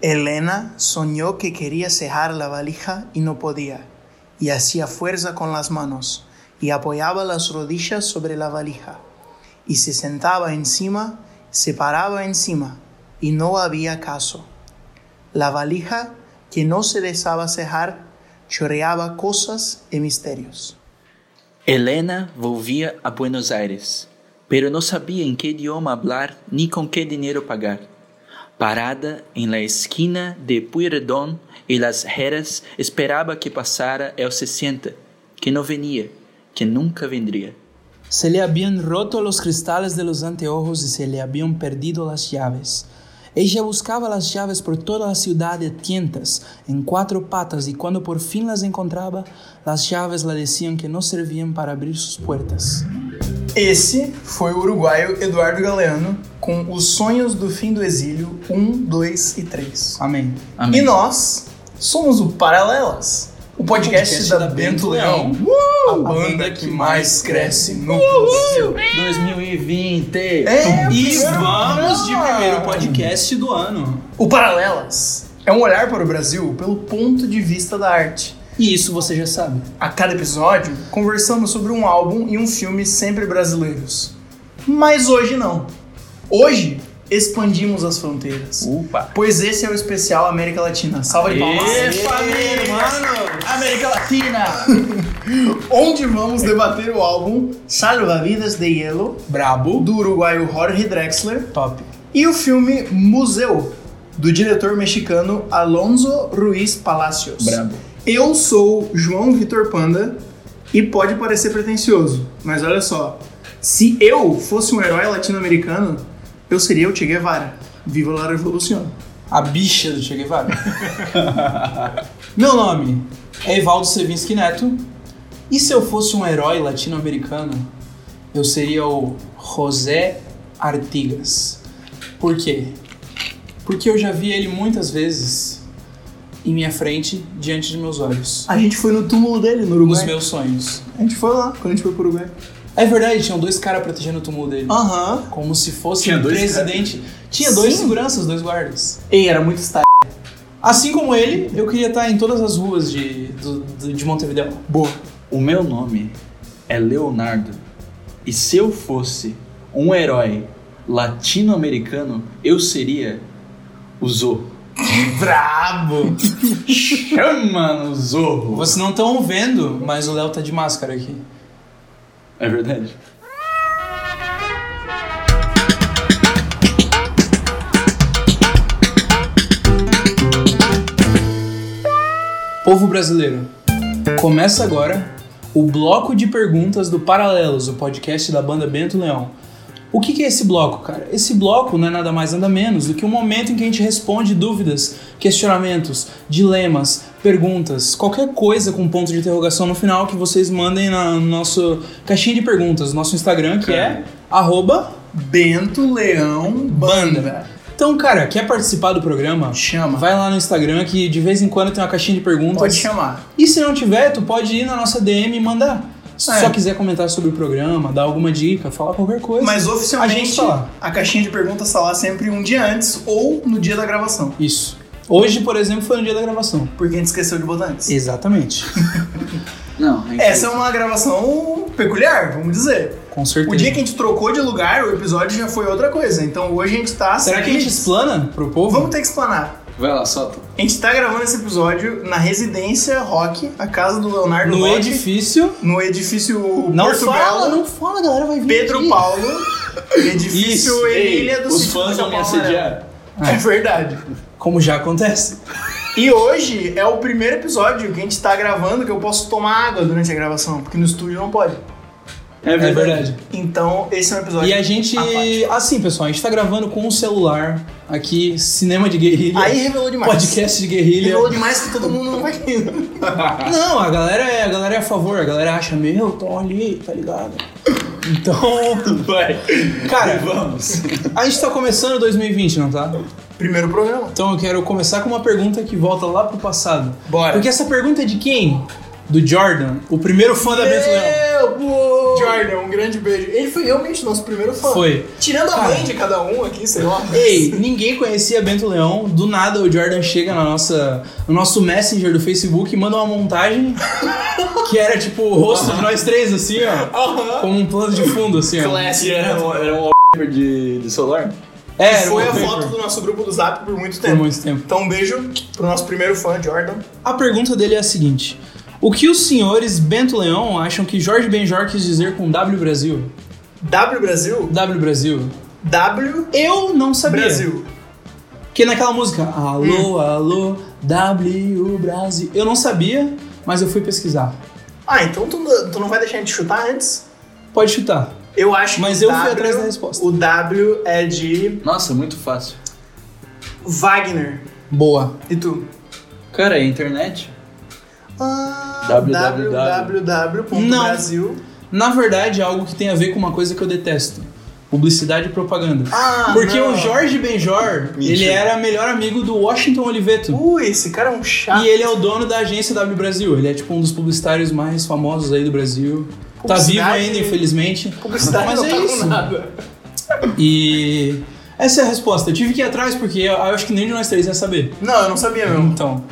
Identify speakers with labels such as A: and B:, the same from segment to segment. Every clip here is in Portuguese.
A: Elena soñó que quería cejar la valija y no podía, y hacía fuerza con las manos, y apoyaba las rodillas sobre la valija, y se sentaba encima, se paraba encima, y no había caso. La valija, que no se dejaba cejar, chorreaba cosas y misterios.
B: Helena volvía a Buenos Aires, pero no sabía en qué idioma hablar ni con qué dinero pagar. Parada en la esquina de Pueyrredón y Las Heras, esperaba que pasara el 60, que no venía, que nunca vendría.
C: Se le habían roto los cristales de los anteojos y se le habían perdido las llaves. Ella buscaba las llaves por toda la ciudad de tientas, en cuatro patas, y cuando por fin las encontraba, las llaves le decían que no servían para abrir sus puertas.
A: Esse foi o uruguaio Eduardo Galeano com Os Sonhos do Fim do Exílio 1, 2 e 3.
C: Amém.
A: E nós somos o Paralelas, o podcast,
C: podcast
A: da,
C: da
A: Bento
C: Bento
A: Leão, Uh,
C: Leão.
A: a banda que mais cresce no Brasil.
B: 2020!
A: É,
C: E
A: primeiro
C: vamos de
A: programa.
C: primeiro podcast do ano.
A: O Paralelas é um olhar para o Brasil pelo ponto de vista da arte.
C: E isso você já sabe.
A: A cada episódio, conversamos sobre um álbum e um filme sempre brasileiros. Mas hoje não. Hoje, expandimos as fronteiras.
C: Uh.
B: Upa!
A: Pois esse é o especial América Latina. Salva de palmas.
C: família, mano!
B: América Latina!
A: Onde vamos debater o álbum Salva Vidas de Hielo,
C: Brabo.
A: do uruguaio Jorge Drexler,
C: Top.
A: e o filme Museu, do diretor mexicano Alonso Ruiz Palacios.
B: Brabo.
A: Eu sou João Vitor Panda e pode parecer pretencioso, mas olha só. Se eu fosse um herói latino-americano, eu seria o Che Guevara. Viva la revolução.
C: A bicha do Che Guevara. Meu nome é Evaldo Sevinski Neto. E se eu fosse um herói latino-americano, eu seria o José Artigas. Por quê? Porque eu já vi ele muitas vezes em minha frente, diante de meus olhos.
A: A gente foi no túmulo dele, no Uruguai.
C: Nos meus sonhos.
A: A gente foi lá, quando a gente foi pro Uruguai.
C: É verdade, tinham dois caras protegendo o túmulo dele.
A: Aham.
C: Como se fosse
B: Tinha
C: um
B: dois
C: presidente. Tinha dois
A: Sim.
C: seguranças, dois guardas.
A: Ei, era muito style.
C: Assim como ele, eu queria estar em todas as ruas de, do- do- de Montevideo.
A: Boa.
B: O meu nome é Leonardo. E se eu fosse um herói latino-americano, eu seria o Zorro.
A: Brabo!
B: Chama no Zorro!
C: Vocês não estão vendo, mas o Léo tá de máscara aqui.
B: É verdade.
C: Povo brasileiro, começa agora o bloco de perguntas do Paralelos, o podcast da banda Bento Leão. O que, que é esse bloco, cara? Esse bloco não é nada mais nada menos do que um momento em que a gente responde dúvidas, questionamentos, dilemas, perguntas, qualquer coisa com ponto de interrogação no final que vocês mandem na nossa caixinha de perguntas, nosso Instagram, que é arroba
A: Bento Leão Banda.
C: Então, cara, quer participar do programa?
A: Chama.
C: Vai lá no Instagram que de vez em quando tem uma caixinha de perguntas.
A: Pode chamar.
C: E se não tiver, tu pode ir na nossa DM e mandar. Se
A: É.
C: só quiser comentar sobre o programa, dar alguma dica, falar qualquer coisa.
A: Mas
C: A
A: oficialmente
C: gente fala.
A: a caixinha de perguntas está lá sempre um dia antes ou no dia da gravação.
C: Isso. Hoje, por exemplo, foi no dia da gravação.
A: Porque a gente esqueceu de botar antes.
C: Exatamente.
B: Não, a gente-
A: Essa é uma gravação peculiar, vamos dizer.
C: Com certeza.
A: O dia que a gente trocou de lugar, o episódio já foi outra coisa. Então hoje a gente tá.
C: Será que a gente explana pro povo?
A: Vamos ter que explanar.
B: Vai lá, solta.
A: A gente tá gravando esse episódio na residência Rock, a casa do Leonardo
C: No
A: Rock,
C: edifício.
A: no edifício
C: Não
A: Porto
C: fala,
A: Belo.
C: não fala, a galera vai vir.
A: Pedro
C: aqui.
A: Paulo, edifício
C: Isso,
A: Emília do
B: Os
A: Sítio
B: fãs
A: do
B: vão me
A: Capão Amarelo.
B: assediar.
C: Ah.
A: É verdade.
C: Como já acontece.
A: E hoje é o primeiro episódio que a gente tá gravando que eu posso tomar água durante a gravação, porque no estúdio não pode.
B: É
C: É verdade.
A: Então, esse é um episódio.
C: E a gente.
A: apático.
C: Assim, pessoal, a gente tá gravando com o celular aqui, cinema de guerrilha.
A: Aí revelou demais.
C: podcast é um de guerrilha.
A: Revelou demais que todo mundo não vai
C: Não, a galera, é, a galera é a favor, a galera acha, meu, tô ali, tá ligado? Então,
B: Vai.
C: cara,
B: Vamos.
C: a gente tá começando 2020, não tá?
A: Primeiro programa.
C: Então eu quero começar com uma pergunta que volta lá pro passado.
A: Bora.
C: Tá Porque essa pergunta é de quem? Do Jordan, o primeiro fã da Bento
A: Meu,
C: Leão.
A: pô! Warner, um grande beijo. Ele foi realmente nosso primeiro fã.
C: Foi.
A: Tirando a
C: Cara.
A: mãe de cada um aqui, sei lá.
C: Ei, ninguém conhecia Bento Leão. Do nada o Jordan chega na nossa, no nosso Messenger do Facebook e manda uma montagem que era tipo o rosto de nós três, assim, ó.
A: Aham.
C: Como um plano de fundo, assim, ó.
A: Classic.
D: E era um, era um de, de celular?
C: É, era
A: foi
C: um
A: a
C: paper
A: foto do nosso grupo do Zap por muito
C: por
A: tempo.
C: muito tempo.
A: Então, um beijo pro nosso primeiro fã, Jordan.
C: É, A pergunta dele é a seguinte: O que os senhores Bento Leão acham que Jorge Benjor quis dizer com W Brasil?
A: W Brasil,
C: W Brasil?
A: W
C: Eu não sabia.
A: Brasil.
C: Porque naquela música, alô, alô, W Brasil. Eu não sabia, mas eu fui pesquisar.
A: Ah, então tu, não- tu não vai deixar a gente chutar antes?
C: Pode chutar.
A: Eu acho
C: Mas
A: que o
C: eu fui
A: W-
C: atrás da resposta.
A: O W é de
B: Nossa, muito fácil.
A: Wagner.
C: Boa.
A: E tu?
B: Cara, a internet?
A: Ah,
D: www.
A: www.brasil.
C: Na verdade, é algo que tem a ver com uma coisa que eu detesto: publicidade e propaganda.
A: Ah,
C: Porque
A: não.
C: o Jorge Benjor, ele
D: Mentira.
C: era melhor amigo do Washington Oliveto.
A: Ui, esse cara é um chato.
C: E ele é o dono da agência W Brasil. Ele é tipo um dos publicitários mais famosos aí do Brasil. Tá
A: Publicidade-
C: vivo ainda, infelizmente.
A: Publicidade
C: Mas
A: não
C: é
A: tá com
C: isso.
A: nada.
C: E essa é a resposta. Eu tive que ir atrás porque eu acho que nenhum de nós três ia saber.
A: Não, eu não sabia mesmo.
C: Então,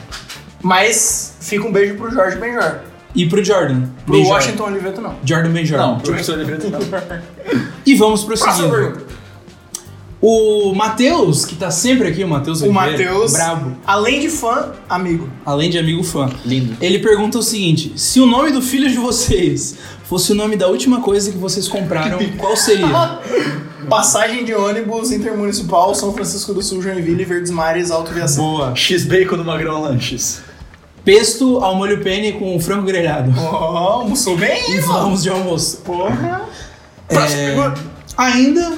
A: Mas fica um beijo pro Jorge Benjor.
C: e pro Jordan.
A: Pro
C: Benjor.
A: Washington Oliveto, não.
C: Jordan Benjor.
B: Não.
D: Professor Livreto não.
C: E vamos
A: Próxima
C: prosseguindo.
A: pergunta.
C: O Matheus, que tá sempre aqui, o Matheus
A: O
C: Oliveira,
A: Matheus,
C: Brabo.
A: além de fã, amigo.
C: Além de amigo fã.
B: Lindo.
C: Ele pergunta o seguinte: se o nome do filho de vocês fosse o nome da última coisa que vocês compraram, qual seria?
A: Passagem de ônibus intermunicipal São Francisco do Sul, Joinville, Verdes Mares, Alto Viação.
C: Boa.
D: X-Bacon no Magrão Lanches.
C: Pesto ao molho pene com frango grelhado.
A: Ó, almoçou bem,
C: E
A: mano.
C: vamos de almoço.
A: Porra.
C: Próxima
A: pergunta.
C: Ainda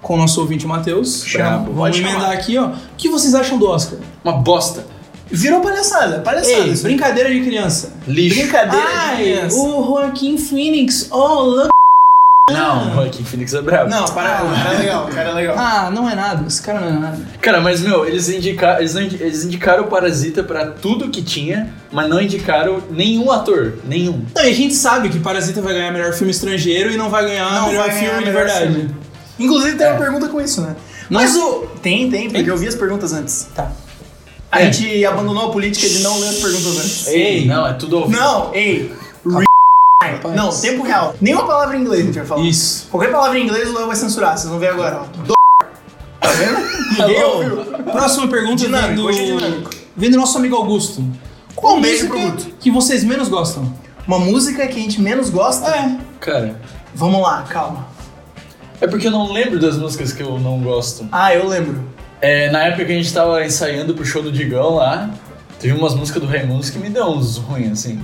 C: com o nosso ouvinte Matheus.
D: Brabo.
C: Vamos
A: Pode
C: emendar
A: chamar.
C: aqui, ó. O que vocês acham do Oscar?
D: Uma bosta.
A: Virou palhaçada, palhaçada.
C: Ei,
A: isso.
C: brincadeira de criança.
D: Lixo.
A: Brincadeira de
C: Ai,
A: criança.
C: o Joaquim Phoenix. Oh, look.
D: Não, Joaquim Phoenix é brabo.
A: Não, para, o cara é legal, o cara é legal.
C: Ah, não é nada. Esse cara não é nada.
D: Cara, mas meu, eles, indica... eles, não indi- eles indicaram o Parasita pra tudo que tinha, mas não indicaram nenhum ator. Nenhum.
C: Não, Então, e a gente sabe que Parasita vai ganhar melhor filme estrangeiro e não vai ganhar
A: Não
C: melhor
A: vai ganhar
C: filme de
A: melhor
C: verdade.
A: filme. Inclusive tem uma
C: É.
A: pergunta com isso, né?
C: Não.
A: Mas o. Tem, tem, porque
C: Tem?
A: eu vi as perguntas antes.
C: Tá.
A: A
D: É.
A: gente abandonou a política de não ler as perguntas antes.
C: Ei.
D: Não, é tudo ao vivo.
A: Não, ei. Re-
C: Rapaz.
A: Não, tempo real. Nenhuma palavra em inglês a gente vai falar.
C: Isso.
A: Qualquer palavra em inglês o Léo vai censurar, vocês vão ver agora, ó. Do... Tá vendo? Ninguém ouviu.
C: Próxima pergunta vem
A: Dinâmico,
C: do...
A: hoje é dinâmico.
C: vem do nosso amigo Augusto. Qual
A: Um beijo
C: música
A: pro Guto.
C: que vocês menos gostam?
A: Uma música que a gente menos gosta?
C: É.
D: Cara,
A: Vamos lá, calma.
D: é porque eu não lembro das músicas que eu não gosto.
A: Ah, eu lembro.
D: É, na época que a gente tava ensaiando pro show do Digão lá, teve umas músicas do Raimundos que me deu uns ruins, assim.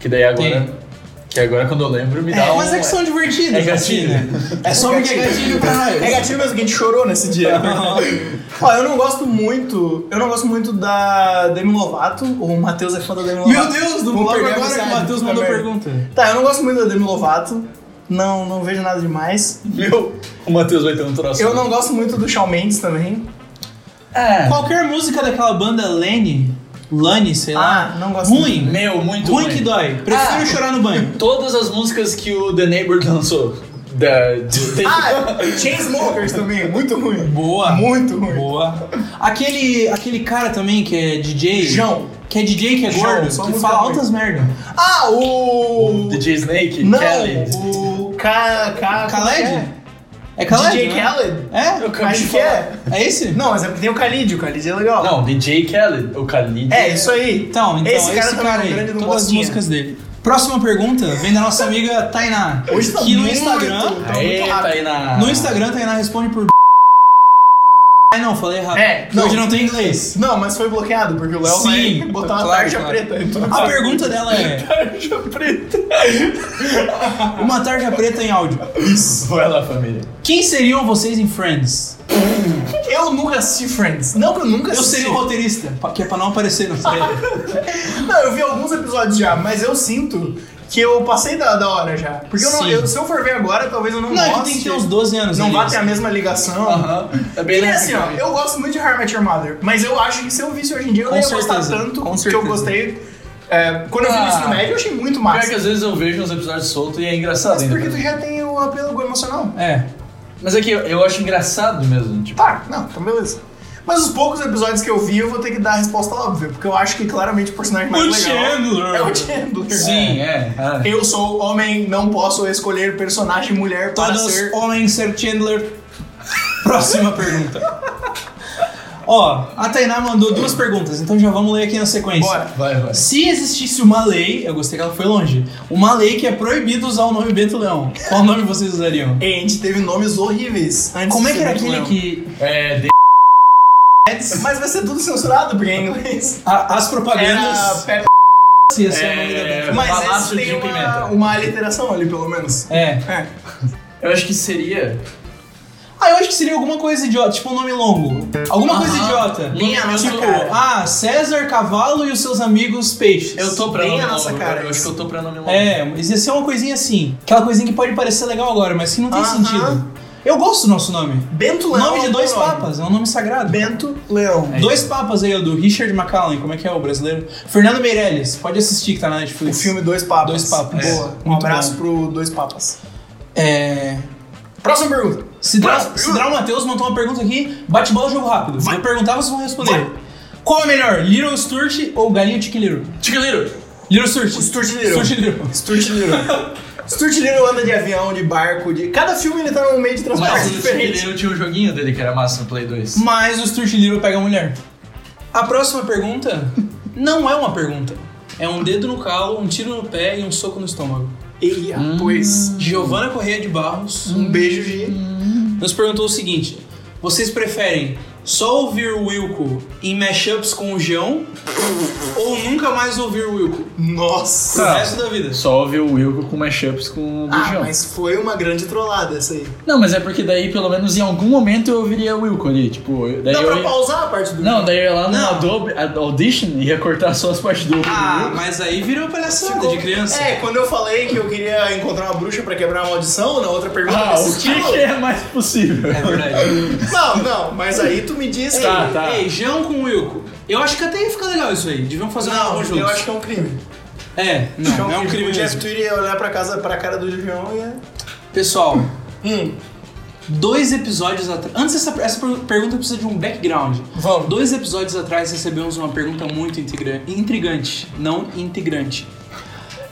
D: Que daí agora. Que agora quando eu lembro me dá
A: É,
D: um.
C: Mas é que são divertidas.
D: É gatilho.
C: assim, né? É só porque é gatilho pra nós.
A: É gatilho mesmo, que a gente chorou nesse dia. Ó, eu não gosto muito. Eu não gosto muito da Demi Lovato. O Matheus é fã da Demi Lovato.
C: Meu Deus, do
A: Vou
C: logo
A: pegar
C: agora que
A: amizade,
C: o Matheus mandou
A: merda.
C: pergunta.
A: Tá, eu não gosto muito da Demi Lovato. Não, não vejo nada demais.
D: Meu, o Matheus vai ter um troço.
A: Eu não gosto muito do Shawn Mendes também.
D: É.
C: Qualquer música daquela banda Lene, Lani, sei lá.
A: Ah, não gosto
C: ruim.
D: Meu, muito
C: ruim
D: ruim.
C: que dói. Prefiro
D: Ah.
C: chorar no banho.
D: Todas as músicas que o The Neighbor lançou. Da, de- tem-
A: Ah, Chainsmokers também, muito ruim.
C: Boa.
A: Muito ruim.
C: Boa. Aquele, aquele cara também que é DJ.
A: João.
C: Que é DJ, que é
A: João,
C: gordo,
A: só
C: que
A: música
C: fala
A: ruim.
C: altas merda.
A: Ah, o.
D: DJ Snake,
A: Não,
D: Kelly.
A: o. Ka, Ka,
C: Khaled? É
A: como é?
C: Khaled?
A: DJ
C: né?
A: Khaled?
C: É?
D: Eu acabei
A: Acho
D: de
A: que
D: falar.
A: é.
C: É esse?
A: Não, mas é porque tem o Khalid, o Khalid é legal.
D: Não, DJ Kelly. O Khalid.
A: É, isso aí.
C: Então, então
A: esse cara, também é um
C: aí,
A: grande do
C: todas as
A: Bostinha.
C: músicas dele. Próxima pergunta vem da nossa amiga Tainá,
A: Hoje tá
C: que no
A: muito-
C: Instagram,
A: Tá muito rápido.
D: Eita, aí na.
C: no Instagram Tainá responde por Ai não, falei errado.
A: É,
C: Que
A: não.
C: Hoje não tem inglês.
A: Não, mas foi bloqueado, porque o Léo
C: Sim,
A: vai botar uma
C: claro,
A: tarja
C: claro.
A: preta. em tudo.
C: A pergunta dela é:
D: Tarja preta.
C: uma tarja preta em áudio.
D: Isso. Vai lá, família.
C: Quem seriam vocês em Friends?
A: Eu nunca assisti Friends. Não que eu nunca
C: Eu
A: assisti.
C: seria o roteirista, pa- que é pra não aparecer no trailer.
A: Não, eu vi alguns episódios já, mas eu sinto que eu passei da, da hora já. Porque eu não,
C: Sim.
A: eu- se eu for ver agora, talvez eu não
C: Não, é que
A: goste.
C: tem que ter uns 12 anos.
A: Não
C: ali. assim.
A: vai ter a mesma ligação.
D: Aham. É bem
A: Ele é
D: legal.
A: assim, ó, eu gosto muito de How I Met Your Mother, mas eu acho que se eu visse hoje em dia, eu
C: Com
A: não ia
C: certeza.
A: gostar tanto
C: Com
A: que eu
C: certeza.
A: gostei. É, quando eu vi no
D: Ah.
A: ensino médio, eu achei muito
D: Pior
A: massa.
D: que às vezes eu vejo uns episódios soltos e é engraçado
A: Mas
D: ainda.
A: porque tu já tem o apelo emocional.
C: É.
D: Mas é que eu, eu acho engraçado mesmo. Tipo,
A: Tá, não, então beleza. Mas os poucos episódios que eu vi, eu vou ter que dar a resposta óbvia, porque eu acho que claramente o personagem mais
C: O
A: legal
C: Chandler.
A: é o Chandler.
D: sim, é. Ah,
A: Eu sou homem, não posso escolher personagem mulher para
C: Todos
A: ser.
C: homens ser Chandler. Próxima pergunta. Ó, a Tainá mandou duas perguntas, então já vamos ler aqui na sequência.
A: Bora.
D: Vai, vai.
C: Se existisse uma lei, eu gostei que ela foi longe, uma lei que é proibido usar o nome Bento Leão, qual nome vocês usariam?
A: E a gente teve nomes horríveis. antes
C: Como é
A: de
C: que era
A: ser muito
C: aquele
A: leão.
C: que
D: É, de...
A: Mas vai ser tudo censurado, porque é em inglês.
C: a- as
A: Era
C: propagandas
A: Pepsi,
C: ia ser o nome da
D: É,
C: Bento
A: mas
D: Balaço
A: esse tem
D: de
A: uma,
D: pimenta.
A: uma aliteração ali, pelo menos.
C: É.
A: É.
D: Eu acho que seria.
C: Ah, eu acho que seria alguma coisa idiota, tipo um nome longo. Alguma coisa
D: Aham.
C: idiota.
A: Linha na nossa
C: tipo,
A: cara.
C: ah, César Cavalo e os seus amigos peixes.
D: Eu tô pra
A: Bem
D: nome
A: a nossa
D: longo.
A: cara
D: eu acho que eu tô pra nome longo.
C: É, mas ia ser uma coisinha assim. Aquela coisinha que pode parecer legal agora, mas que não tem
A: Aham.
C: sentido. Eu gosto do nosso nome.
A: Bento
C: O
A: Leão.
C: nome de
A: é o
C: dois
A: nome.
C: papas, é um nome sagrado. É.
A: Bento Leão.
C: Dois papas aí, ó, do Richard McCallum, como é que é o brasileiro? Fernando Meirelles, pode assistir que tá na
A: O
C: Netflix.
A: filme Dois Papas.
C: Dois Papas.
A: Boa.
C: É,
A: Um
C: muito
A: abraço
C: bom.
A: pro Dois Papas.
C: É.
A: Próxima pergunta.
C: Cidral,
A: Próxima
C: Cidral Matheus montou uma pergunta aqui, bate bola, jogo rápido.
A: Vai.
C: Vou perguntar, vocês vão responder.
A: Vai.
C: Qual é melhor, Little Sturt ou Galinha Tiquiliro?
D: Tiqueleiro!
C: Little Sturt.
A: Sturt Little.
C: Sturt Little.
A: Stuart Little. Stuart Little anda de avião, de barco, de. Cada filme ele tá num meio de transporte
D: Mas o
A: diferente.
D: Tiqueleiro tinha um joguinho dele que era massa no Play 2.
C: Mas o Sturt Little pega a mulher. A próxima pergunta não é uma pergunta. É um dedo no calo, um tiro no pé e um soco no estômago.
A: Eia, ah, pois.
C: Giovana Correia de Barros
A: Um beijo de.
C: nos perguntou o seguinte: vocês preferem só ouvir o Wilco em mashups com o João ou nunca mais ouvir o Wilco pro
A: Nossa!
C: resto da vida?
D: Só ouve o Wilco com mashups com o do
A: Ah,
D: João.
A: mas foi uma grande trollada essa aí.
D: Não, mas é porque daí pelo menos em algum momento eu ouviria o Wilco ali. Tipo, eu- daí
A: Dá
D: eu
A: pra
D: ia...
A: pausar a parte do.
D: Não, daí eu ia lá no
C: Não.
D: Adobe Ad- Audition e ia cortar só as partes do Wilco.
C: Ah, mas aí virou palhaçada
A: Ficou-
C: de criança.
A: É, quando eu falei que eu queria encontrar uma bruxa pra quebrar a maldição, na outra pergunta
D: Ah,
A: desse
D: o que,
A: estilo-
D: que é mais possível?
C: É verdade.
A: Não, não, mas aí tu me disse.
D: Tá,
C: ei,
D: tá.
C: ei, João com o Wilco. Eu acho que até ia ficar legal isso aí. Deviam fazer um
A: Não,
C: álbum
A: eu
C: juntos.
A: acho que é um crime.
C: É,
A: Acho que
C: não, é um crime
A: O Jeff
C: mesmo.
A: Tweedy ia olhar pra, casa, pra cara do Givião e ia.
C: Pessoal, um,
A: Hum,
C: dois episódios atrás. Antes, essa, essa per- pergunta precisa de um background.
A: Vamos.
C: Dois episódios atrás recebemos uma pergunta muito integra- intrigante. Não integrante.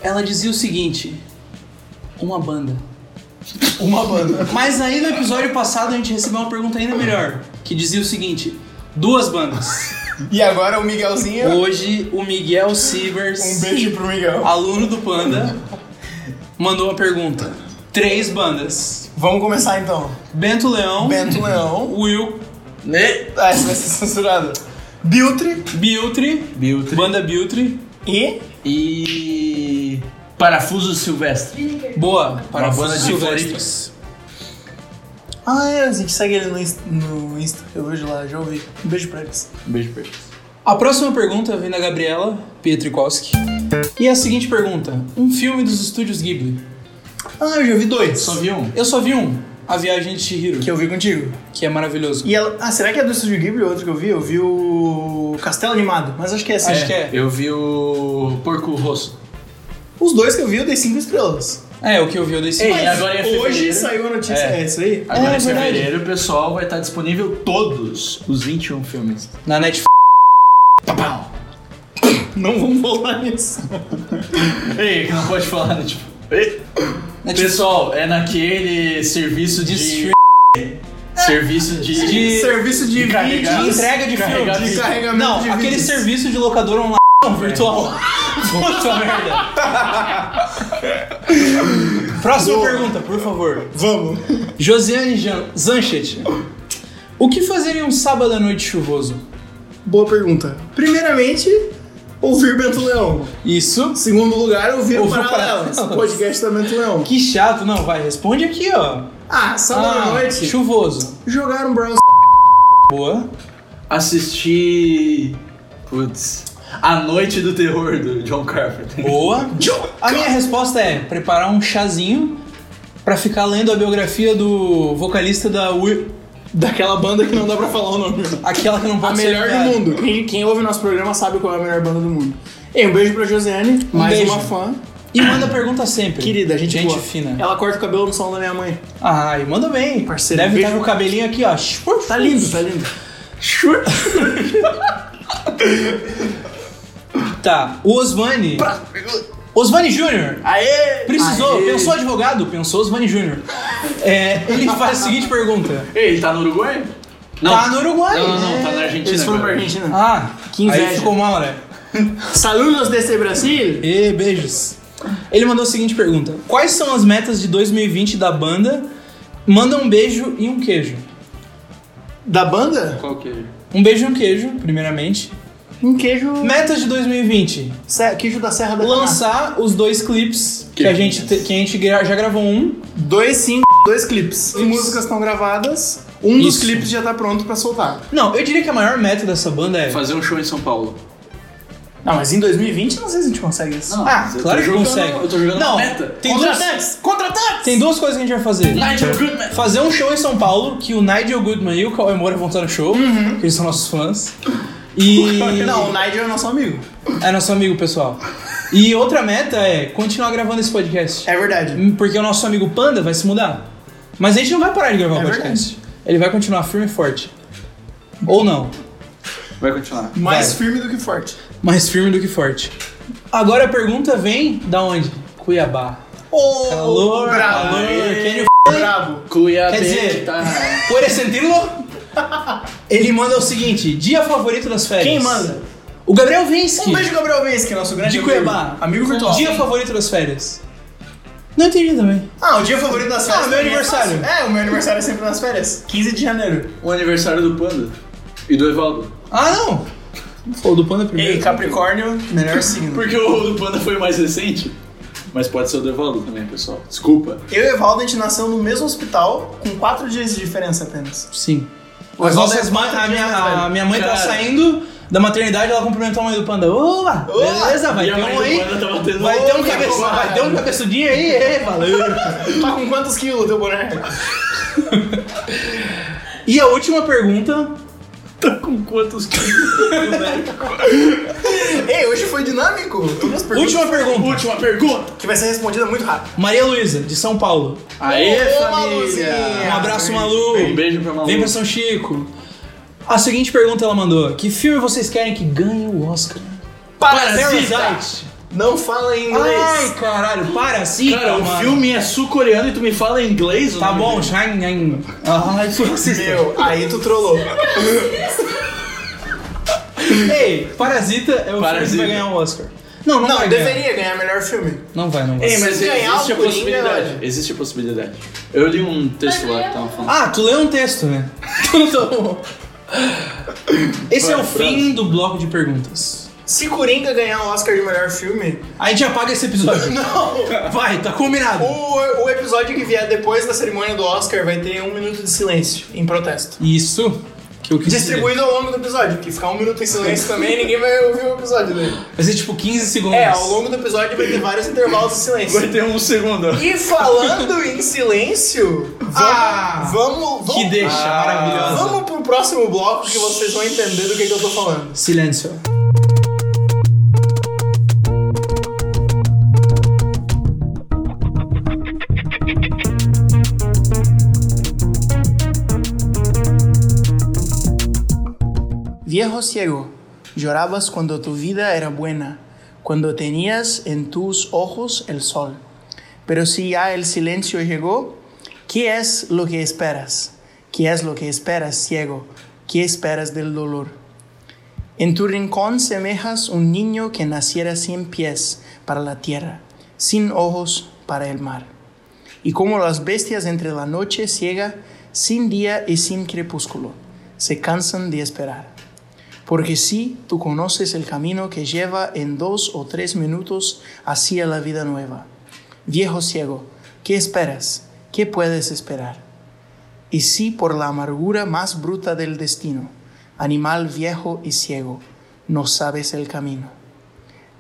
C: Ela dizia o seguinte: Uma banda.
A: uma banda.
C: Mas aí no episódio passado a gente recebeu uma pergunta ainda melhor, que dizia o seguinte: Duas bandas.
A: E agora o Miguelzinho.
C: Hoje o Miguel Sivers.
A: Um beijo pro Miguel.
C: aluno do Panda, mandou uma pergunta. Três bandas.
A: Vamos começar então.
C: Bento Leão,
A: Bento Leão.
C: Will,
D: Né?
A: Ah, isso vai ser censurado. Biltre
C: Biltre,
D: Biltre.
C: banda Biltre.
A: e.
D: E. Parafuso Silvestre.
C: Boa, para
D: Uma banda de
C: Silvestres.
A: Ah, é, a gente segue ele no Insta, no Insta. Eu vejo lá, já ouvi. Um beijo pra eles.
D: Beijo, beijo.
C: A próxima pergunta vem da Gabriela Pietrikowski. E é a seguinte pergunta: Um filme dos estúdios Ghibli.
A: Ah, eu já vi dois.
D: Só vi um.
C: Eu só vi um, A Viagem de Shihiro,
A: Que eu vi contigo.
C: que é maravilhoso.
A: E ela. Ah, será que é do Estúdio Ghibli ou outro que eu vi? Eu vi o. Castelo Animado, mas acho que é esse.
C: Acho que é.
D: Eu vi o Porco Rosso.
A: Os dois que eu vi, eu dei cinco estrelas.
C: É, o que eu vi, eu dei cinco.
D: Ei, agora é
A: Hoje
D: fevereiro.
A: saiu a notícia. É,
D: É.
A: isso aí?
D: Agora
C: É,
D: em
C: verdade.
D: fevereiro o pessoal vai estar disponível todos os 21 filmes.
C: Na Netflix.
A: Não vamos voltar nisso.
D: Ei, que não pode falar, né? Tipo. ei.
C: Netflix.
D: Pessoal, é naquele serviço
C: de
D: de.
C: stream-
D: Serviço de.
C: De-
A: Serviço de,
D: de carregar.
A: vídeos,
C: entrega de filme.
D: Carregar
A: de
D: vídeo.
A: carregamento
C: Não,
A: de
C: aquele
A: vídeos.
C: serviço de locador online virtual.
D: É.
C: Puta merda. Próxima
A: Boa.
C: pergunta, por favor.
A: Vamos.
C: Josiane Jan Zanchet. O que fazer em um sábado à noite chuvoso?
A: Boa pergunta. Primeiramente, ouvir Bento Leão.
C: Isso.
A: Segundo lugar, ouvir o
C: Ouvir o
A: Paralelas,
C: Paralelas.
A: podcast é da Bento Leão.
C: Que chato, não, vai, responde aqui, ó.
A: Ah, sábado à noite,
C: chuvoso.
A: jogar um browser.
C: Boa.
D: assistir. Putz. A Noite do Terror do John Carpenter.
C: Boa. A minha resposta é preparar um chazinho pra ficar lendo a biografia do vocalista da Will,
A: Daquela banda que não dá pra falar o nome.
C: aquela que não
A: A
C: pode ser
A: melhor do
C: lembrada.
A: mundo. Quem, quem ouve nosso programa sabe qual é a é melhor banda do mundo. E um beijo pra Josiane, mais
C: beijo.
A: uma fã.
C: E manda pergunta sempre.
A: Querida, gente,
C: Gente
A: boa.
C: fina.
A: Ela corta o cabelo no salão da minha mãe.
C: Ah, e manda bem.
A: Parceiro,
C: Deve
A: beijo.
C: estar com o cabelinho aqui, ó.
A: Tá lindo, tá lindo.
C: Tá. O Osvani. Osvani Júnior.
D: Aê!
C: Precisou,
A: Aê.
C: pensou advogado, pensou Osvani Júnior. É, ele faz a seguinte pergunta.
D: Ei, ele tá no Uruguai?
B: Não.
C: Tá no Uruguai?
B: Não, não, não, tá na Argentina.
A: Eles foram pra
B: agora.
A: Argentina.
C: Ah,
A: Que inveja.
C: Aí ficou mal, né?
A: Ah. Saludos desse Brasil!
C: E beijos. Ele mandou a seguinte pergunta: Quais são as metas de 2020 da banda? Manda um beijo e um queijo.
A: Da banda?
B: Qual que é?
C: Um beijo e um queijo, primeiramente.
A: Um queijo.
C: Metas de 2020:
A: se- Queijo da Serra da Canastra.
C: lançar os dois clipes que a gente, te- que a gente gra- já gravou um.
A: Dois cinco, dois clipes. As músicas estão gravadas, um dos
C: Isso.
A: clipes já tá pronto pra soltar.
C: Não, eu diria que a maior meta dessa banda é.
B: Fazer um show em São Paulo.
A: Não, mas em 2020 não sei se a gente consegue isso.
D: Não.
C: Ah,
D: mas eu
C: claro
D: tô
C: que
D: jogando-
C: consegue.
D: eu tô jogando uma
C: Não,
D: meta.
C: Tem duas,
A: Contratantes!
C: tem duas coisas que a gente vai fazer.
D: Nigel Goodman.
C: Fazer um show em São Paulo, que o Nigel Goodman e o Cauê Moura vão estar no show,
D: Uhum.
C: que eles são nossos fãs. E.
A: Não, o Nigel é nosso amigo.
C: É nosso amigo, pessoal. E outra meta é continuar gravando esse podcast.
A: É verdade.
C: Porque o nosso amigo Panda vai se mudar. Mas a gente não vai parar de gravar o
A: É
C: podcast. Ele vai continuar firme e forte. Ou não.
B: Vai continuar.
A: Mais
C: Vai.
A: firme do que forte.
C: Mais firme do que forte. Agora a pergunta vem da onde? Cuiabá. Calor,
A: bravo.
C: calor. Can you
A: Bravo.
D: Cuiabá.
C: Quer dizer-
D: Tá...
C: Puedes sentirlo? Ele manda o seguinte: dia favorito das férias.
A: Quem manda?
C: O Gabriel Vinsky.
A: Um beijo, Gabriel Vez, que é nosso grande
C: de
A: amigo.
C: Cuiabá.
A: Amigo virtual.
C: Dia favorito das férias. Não entendi também.
A: Ah, o dia favorito das férias.
C: Ah, meu
A: pra mim é
C: aniversário.
A: fácil. É, o meu aniversário é sempre nas férias. 15 de janeiro.
B: O aniversário do Panda. E do Evaldo.
C: Ah, não! Pô, o do Panda é primeiro.
A: Ei, Capricórnio, melhor signo.
B: Porque o do Panda foi mais recente. Mas pode ser o do Evaldo também, pessoal. Desculpa.
A: Eu e o Evaldo, a gente nasceu no mesmo hospital, com quatro dias de diferença apenas.
C: Sim.
A: Mas
C: As
A: volta
C: nossas
A: aí,
C: mães,
A: volta
C: a,
A: aqui,
C: minha,
A: né, velho?
C: a minha mãe tá
B: Cara.
C: saindo da maternidade, ela cumprimentou a mãe do Panda. Opa!
A: Opa!
C: Beleza, vai
B: E a
C: ter
B: mãe
C: um
B: do
C: aí.
B: Panda tava tendo
C: Vai ter um,
A: Opa,
C: cabeça,
A: cara.
C: vai ter um cabeçudinho aí, é, valeu.
A: Tá com quantos quilos teu boneco?
C: E a última pergunta.
B: Tá com quantos quilos?
A: Ei, hoje foi dinâmico. Todas as perguntas
C: Última pergunta.
D: Última pergunta.
A: que vai ser respondida muito rápido.
C: Maria Luísa, de São Paulo.
B: Aê,
A: Ô,
B: família!
A: Maluzinha!
C: Um abraço,
A: beijo,
C: Malu.
B: Um beijo pra Malu.
C: Vem pra São Chico. A seguinte pergunta ela mandou: Que filme vocês querem que ganhe o Oscar? Parasite.
A: Não fala em inglês.
C: Ai, caralho, Parasita,
D: Cara, o
C: mano.
D: filme é sul-coreano e tu me fala em inglês?
C: Tá
D: ou não?
C: bom, shine, shine. Ai, foi racista.
A: Meu, aí tu trollou.
C: Ei, Parasita é o filme que
B: Parasita.
C: vai ganhar o Oscar. Não, não,
A: Não,
C: vai ganhar.
A: deveria ganhar melhor filme.
C: Não vai, não vai.
D: É,
B: Ei, mas
A: Se
B: existe
A: ganhar o
B: a
A: Coringa,
B: possibilidade.
A: velho.
B: Existe a possibilidade. Eu li um texto lá que tava falando.
C: Ah, tu leu um texto, né?
A: Então,
C: tá bom. Esse é o fim do bloco de perguntas.
A: Se Coringa ganhar o Oscar de melhor filme,
C: A gente apaga esse episódio. Não! Vai, tá combinado.
A: o, o episódio que vier depois da cerimônia do Oscar vai ter um minuto de silêncio em protesto.
C: Isso que eu quis dizer.
A: Distribuído ao longo do episódio, porque ficar um minuto em silêncio também, ninguém vai ouvir o episódio dele.
C: Vai ser tipo 15 segundos.
A: É, ao longo do episódio vai ter vários intervalos de silêncio.
B: Vai ter um segundo.
A: E falando em silêncio, vamos,
C: Ah,
A: vamos, vamos,
C: Que deixa maravilhosa.
A: vamos pro próximo bloco que vocês vão entender do que, que eu tô falando.
C: Silêncio.
A: Viejo ciego, llorabas cuando tu vida era buena, cuando tenías en tus ojos el sol. Pero si ya el silencio llegó, ¿qué es lo que esperas? ¿Qué es lo que esperas, ciego? ¿Qué esperas del dolor? En tu rincón semejas un niño que naciera sin pies para la tierra, sin ojos para el mar. Y como las bestias entre la noche ciega, sin día y sin crepúsculo, se cansan de esperar. Porque si tú conoces el camino que lleva en dos o tres minutos hacia la vida nueva. Viejo ciego, ¿qué esperas? ¿Qué puedes esperar? Y si por la amargura más bruta del destino, animal viejo y ciego, no sabes el camino.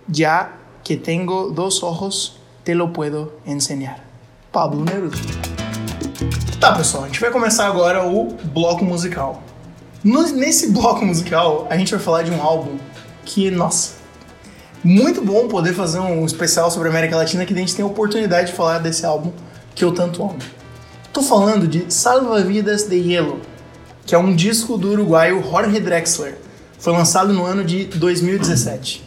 A: Ya que tengo dos ojos, te lo puedo enseñar. Pablo Neruda. Tá, pessoal, a gente vai começar agora o bloco musical. No- nesse bloco musical, a gente vai falar de um álbum que, nossa, Muito bom poder fazer um especial sobre a América Latina que a gente tem a oportunidade de falar desse álbum que eu tanto amo. Tô falando de Salva Vidas de Hielo, que é um disco do uruguaio Jorge Drexler. Foi lançado no ano de 2017.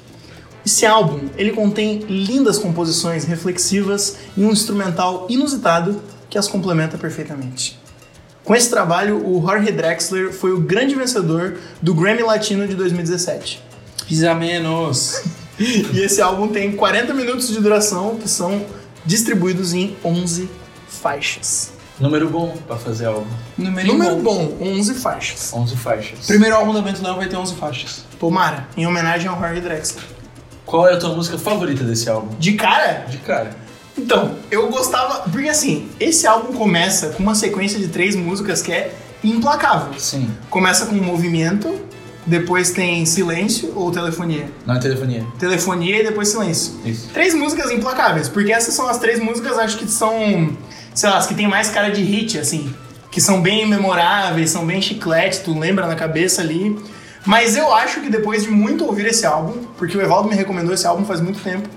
A: Esse álbum, ele contém lindas composições reflexivas e um instrumental inusitado que as complementa perfeitamente. Com esse trabalho, o Jorge Drexler foi o grande vencedor do Grammy Latino de 2017.
C: Pisa menos.
A: E esse álbum tem 40 minutos de duração que são distribuídos em 11 faixas.
D: Número bom pra fazer álbum.
C: Número,
A: Número bom, 11 faixas.
D: 11 faixas.
C: Primeiro álbum da Bento Leão vai ter 11 faixas.
A: Tomara, em homenagem ao Jorge Drexler.
D: Qual é a tua música favorita desse álbum?
A: De cara,
D: De cara.
A: Então, eu gostava. Porque assim, esse álbum começa com uma sequência de três músicas que é implacável.
D: Sim.
A: Começa com um movimento, depois tem silêncio ou telefonia.
D: Não é telefonia.
A: Telefonia e depois silêncio.
D: Isso.
A: Três músicas implacáveis, porque essas são as três músicas, acho que são, sei lá, as que tem mais cara de hit, assim. Que são bem memoráveis, são bem chiclete, tu lembra na cabeça ali. Mas eu acho que depois de muito ouvir esse álbum, porque o Evaldo me recomendou esse álbum faz muito tempo,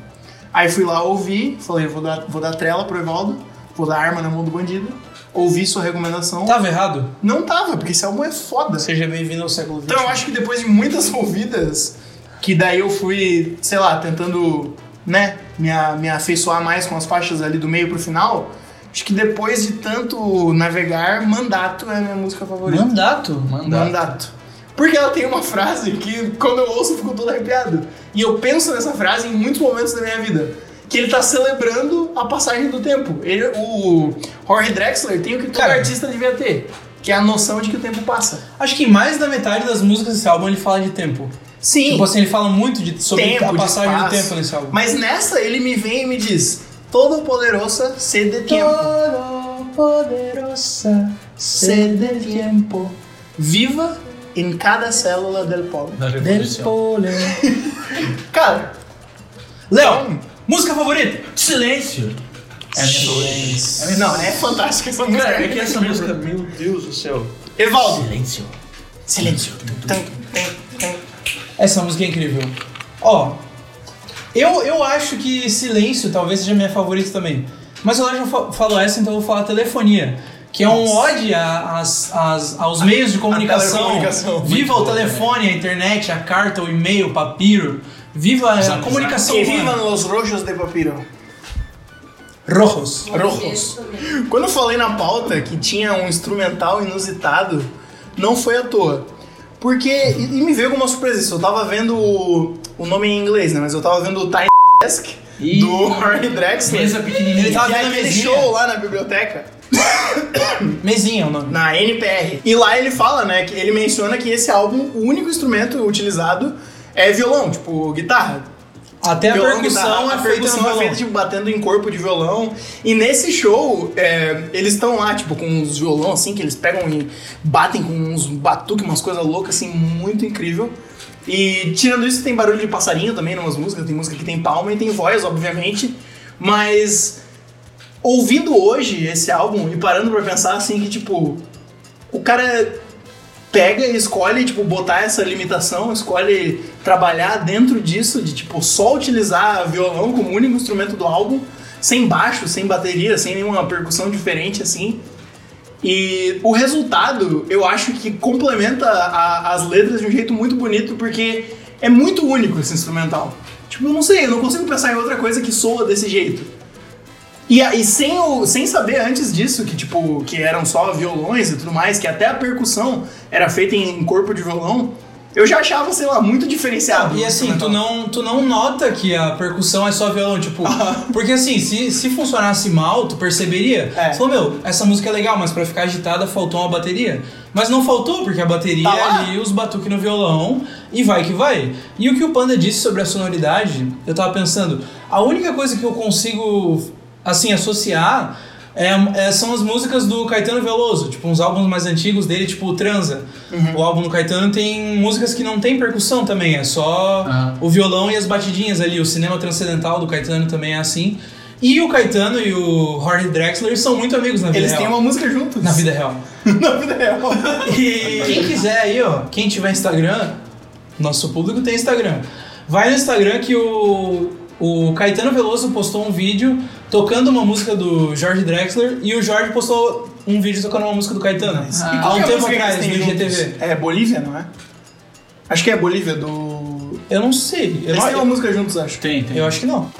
A: aí fui lá ouvir, falei, vou dar, vou dar trela pro Evaldo, vou dar arma na mão do bandido, ouvi sua recomendação.
C: Tava errado?
A: Não tava, porque esse álbum é foda.
C: Seja bem-vindo ao século XX.
A: Então eu acho que depois de muitas ouvidas, que daí eu fui, sei lá, tentando, né, me, a- me afeiçoar mais com as faixas ali do meio pro final, acho que depois de tanto navegar, Mandato é a minha música favorita.
C: Mandato?
A: Mandato. Porque ela tem uma frase que quando eu ouço eu fico todo arrepiado. E eu penso nessa frase em muitos momentos da minha vida. Que ele tá celebrando a passagem do tempo. Ele, o Jorge Drexler tem o que todo
C: Cara.
A: artista devia ter, que é a noção de que o tempo passa.
C: Acho que em mais da metade das músicas desse álbum ele fala de tempo.
A: Sim.
C: Tipo assim, ele fala muito de, sobre
A: Tempo,
C: a
A: de
C: passagem do
A: espaço.
C: tempo nesse álbum.
A: Mas nessa ele me vem e me diz: Todo poderoso se de tempo.
C: Todo poderosa
A: Se de tempo. Viva em cada célula del pobre.
D: Na
C: del
D: Revolução.
C: pole.
A: Cara,
C: Léo, música favorita?
D: Silêncio! É a minha favorita.
A: não, é fantástica essa música.
D: Cara, é que essa música, meu Deus do céu.
A: Evaldo.
D: Silêncio.
A: Silêncio.
C: Essa música é incrível. Ó, eu, eu acho que Silêncio talvez seja minha favorita também. Mas eu já fa- falou essa, então eu vou falar Telefonia. Que é um ódio a- às- às- aos meios de comunicação.
A: telecomunicação.
C: Viva o telefone, a internet, a carta, o e-mail, o papiro. Viva a
D: Zap,
C: comunicação
A: Que vivam
C: humana.
A: los rojos de papiro.
C: Rojos.
A: Rojos. Quando eu falei na pauta que tinha um instrumental inusitado, não foi à toa. Porque. E, e me veio com uma surpresa isso. Eu tava vendo o, o nome em inglês, né? Mas eu tava vendo o Tiny Desk
D: Ih.
A: do Harry né? Drexler.
D: Mesa pequenininha.
C: Ele tava
A: E
C: vendo a
A: aquele
C: mesinha.
A: show lá na biblioteca,
C: Mesinha é o nome.
A: na NPR. E lá ele fala, né? Que ele menciona que esse álbum, o único instrumento utilizado é violão, tipo guitarra.
C: Até a
A: Violão,
C: percussão
A: guitarra,
C: é
A: a
C: feita no
A: percussão é
C: violão.
A: feita tipo, batendo em corpo de violão. E nesse show, é, eles estão lá, tipo, com uns violão assim, que eles pegam e batem com uns batuques, umas coisas loucas, assim, muito incrível. E tirando isso, tem barulho de passarinho também em umas músicas, tem música que tem palma e tem voz, obviamente. Mas ouvindo hoje esse álbum e parando pra pensar assim que, tipo, o cara pega e escolhe, tipo, botar essa limitação, escolhe trabalhar dentro disso, de, tipo, só utilizar violão como único instrumento do álbum, sem baixo, sem bateria, sem nenhuma percussão diferente, assim. E o resultado, eu acho que complementa a- as letras de um jeito muito bonito, porque é muito único esse instrumental. Tipo, eu não sei, eu não consigo pensar em outra coisa que soa desse jeito. E, a- e sem, o- sem saber antes disso que, tipo, que eram só violões e tudo mais, que até a percussão era feita em, em corpo de violão, eu já achava, sei lá, muito diferenciado. né,
C: E assim, tu não, tu não nota que a percussão é só violão, tipo.
A: Ah.
C: porque assim, se, se funcionasse mal, tu perceberia.
A: É.
C: Tu falou, meu, essa música é legal, mas pra ficar agitada faltou uma bateria. Mas não faltou, porque a bateria
A: Tá lá.
C: ali, os batuques no violão, e vai que vai. E o que o Panda disse sobre a sonoridade, eu tava pensando, a única coisa que eu consigo, assim, associar. é- é- são as músicas do Caetano Veloso, tipo, uns álbuns mais antigos dele, tipo o Transa.
A: Uhum.
C: O álbum do Caetano tem músicas que não tem percussão também, é só
D: Ah.
C: o violão e as batidinhas ali. O cinema transcendental do Caetano também é assim. E o Caetano e o Jorge Drexler são muito amigos na vida
A: Eles
C: real.
A: têm uma música juntos.
C: Na vida real.
A: Na vida real.
C: E quem quiser aí, ó, quem tiver Instagram, nosso público tem Instagram. Vai no Instagram que o, o Caetano Veloso postou um vídeo tocando uma música do Jorge Drexler e o Jorge postou um vídeo tocando uma música do Caetano.
A: E
C: há
A: qual
C: um
A: que é a
C: tempo
A: música que
C: atrás, no
A: eles têm
C: IGTV.
A: juntos? É Bolívia, não é? Acho que é Bolívia, do.
C: Eu não sei. Eu,
A: Eles
C: não-
A: têm uma música juntos, acho.
D: Tem, tem.
C: eu acho que não.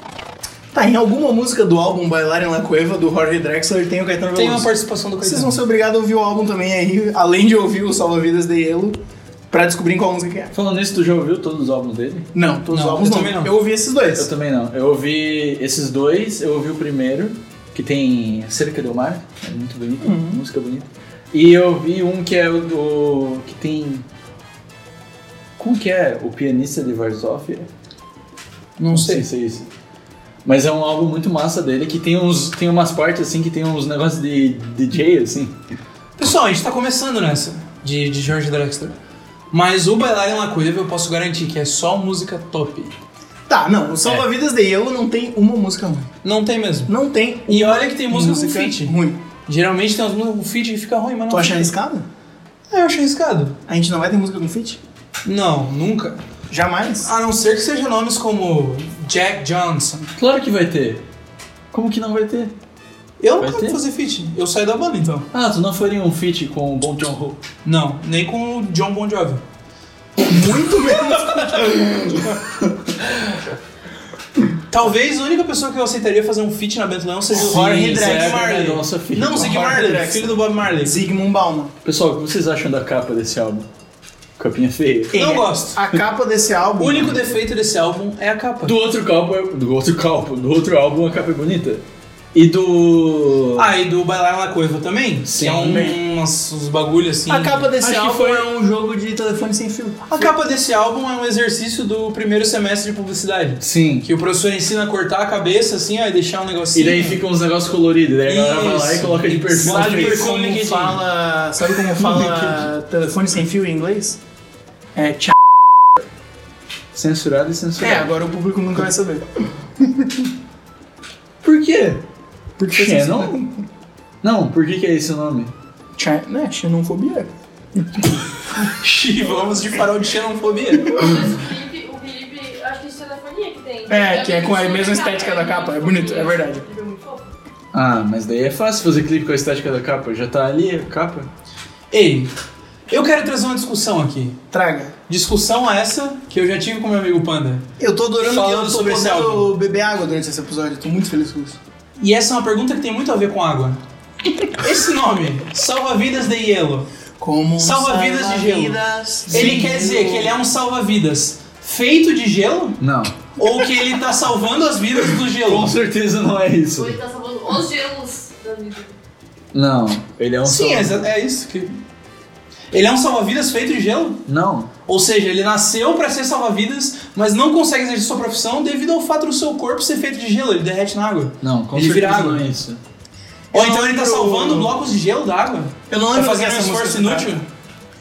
A: Tá, em alguma música do álbum Bailar em La Cueva, do Jorge Drexler, tem o Caetano Veloso.
C: Tem uma participação do
A: Vocês vão
C: Caetano.
A: ser obrigados a ouvir o álbum também aí, além de ouvir o Salva Vidas de Yellow, pra descobrir em qual música que é.
D: Falando nisso, tu já ouviu todos os álbuns dele?
A: Não, todos
C: Não,
A: os álbuns
C: eu
A: não.
C: também não.
A: Eu ouvi esses
D: Eu
A: dois.
D: também não. Eu ouvi esses dois, eu ouvi o primeiro, que tem Cerca do Mar, é muito bonito,
C: Uhum.
D: música bonita. E eu ouvi um que é o do. que tem. Como que é? O pianista de Varsóvia?
C: Não sei.
D: se é isso. Mas é um álbum muito massa dele, que tem uns. tem umas partes assim que tem uns negócios de de DJ, assim.
C: Pessoal, a gente tá começando nessa, de, de Jorge Drexler. Mas o Bailar em La Cueva eu posso garantir que é só música top.
A: Tá, não, o
C: É.
A: Salva Vidas de Yellow não tem uma música ruim.
C: Não tem mesmo.
A: Não tem
C: E olha que tem música, com feat.
A: ruim.
C: Geralmente tem umas músicas com feat que fica ruim, mas não
A: Tu acha
C: fica.
A: arriscado?
C: Ah, eu acho arriscado.
A: A gente não vai ter música com feat?
C: Não, nunca.
A: Jamais.
C: A não ser que seja nomes como Jack Johnson.
D: Claro que vai ter. Como que não vai ter?
C: Eu
D: Vai
C: não quero
D: ter?
C: fazer feat. Eu saio da banda então.
D: Ah, tu não faria um feat com o Bon John Ho?
C: Não, nem com o John Bon Jovi.
A: Muito menos.
C: Talvez a única pessoa que eu aceitaria fazer um feat na Bento Leão seja o Jorge
A: isso é
C: Drexler.
D: verdade, nossa, filho.
C: Não, o Zig
A: Jorge
C: Marley,
A: Drexler.
C: filho do Bob Marley.
A: Zygmunt Bauman.
D: Pessoal, o que vocês acham da capa desse álbum? Capinha feia.
C: Não
A: É,
C: gosto.
A: A capa desse álbum.
C: O único defeito desse álbum é a capa.
D: Do outro álbum, do outro álbum, do outro álbum a capa é bonita. E do
C: Ah, e do Bailar La Coiva também?
D: Sim,
C: Que é um,
D: também.
C: umas, uns bagulhos assim.
A: A capa desse
D: Acho que
A: álbum
D: foi-
A: é um jogo de telefone sem fio.
C: A capa desse álbum é um exercício do primeiro semestre de publicidade.
D: Sim.
C: Que o professor ensina a cortar a cabeça assim, ó, e deixar um
D: E
C: negocinho.
D: daí ficam uns negócios coloridos, daí a galera vai lá e
C: Isso.
D: coloca de perfil.
C: Sabe
D: Sabe,
C: perfil no
A: como
C: LinkedIn.
A: fala. Sabe como fala telefone sem fio em inglês? É tchau.
D: Censurado e
A: É,
D: censurado.
A: agora o público nunca vai saber.
D: Por É. quê?
A: Porque
D: Xenon? Não, por que que é esse o nome?
A: Tchau. Né? Xenofobia.
C: Xi, Vamos de farol de xenofobia.
E: Mas o Felipe, o Felipe, acho que isso é telefonia que tem.
A: É, que é com a
E: muito
A: mesma
E: fofo,
A: estética da capa, é
E: muito
A: bonito,
E: fofinho,
A: é verdade.
E: o Felipe é muito fofo.
D: Ah, mas daí é fácil fazer clipe com a estética da capa. Já tá ali a capa.
C: Ei, eu quero trazer uma discussão aqui.
A: Traga.
C: Discussão essa que eu já tive com meu amigo Panda.
A: Eu tô adorando
C: Falando
A: que eu tô
C: sobre esse
A: podendo
C: álbum.
A: beber água durante esse episódio. Tô muito feliz com isso.
C: E essa é uma pergunta que tem muito a ver com água. Esse nome, Salva-Vidas de Hielo,
A: Como um
C: Salva-vidas de gelo.
A: salva-vidas de
C: ele quer dizer
A: gelo.
C: que ele é um salva-vidas feito de gelo?
D: Não.
C: Ou que ele tá salvando as vidas do
D: Com
C: gelo?
D: certeza não é isso.
E: Hoje tá salvando os gelos da vida.
D: Não. Ele é um
C: Sim,
D: só-
C: é, exa- é isso que. Ele é um salva-vidas feito de gelo?
D: Não.
C: Ou seja, ele nasceu pra ser salva-vidas, mas não consegue exercer sua profissão devido ao fato do seu corpo ser feito de gelo, ele derrete na água.
D: Não, com
C: Ele vira
D: certeza
C: água.
D: não é isso.
C: Ou
A: Eu
C: então ele tá
A: lembro-
C: salvando blocos de gelo d'água?
A: Eu não
C: Tá
A: lembro
C: fazendo
A: dessa
C: um esforço
A: música que
C: inútil?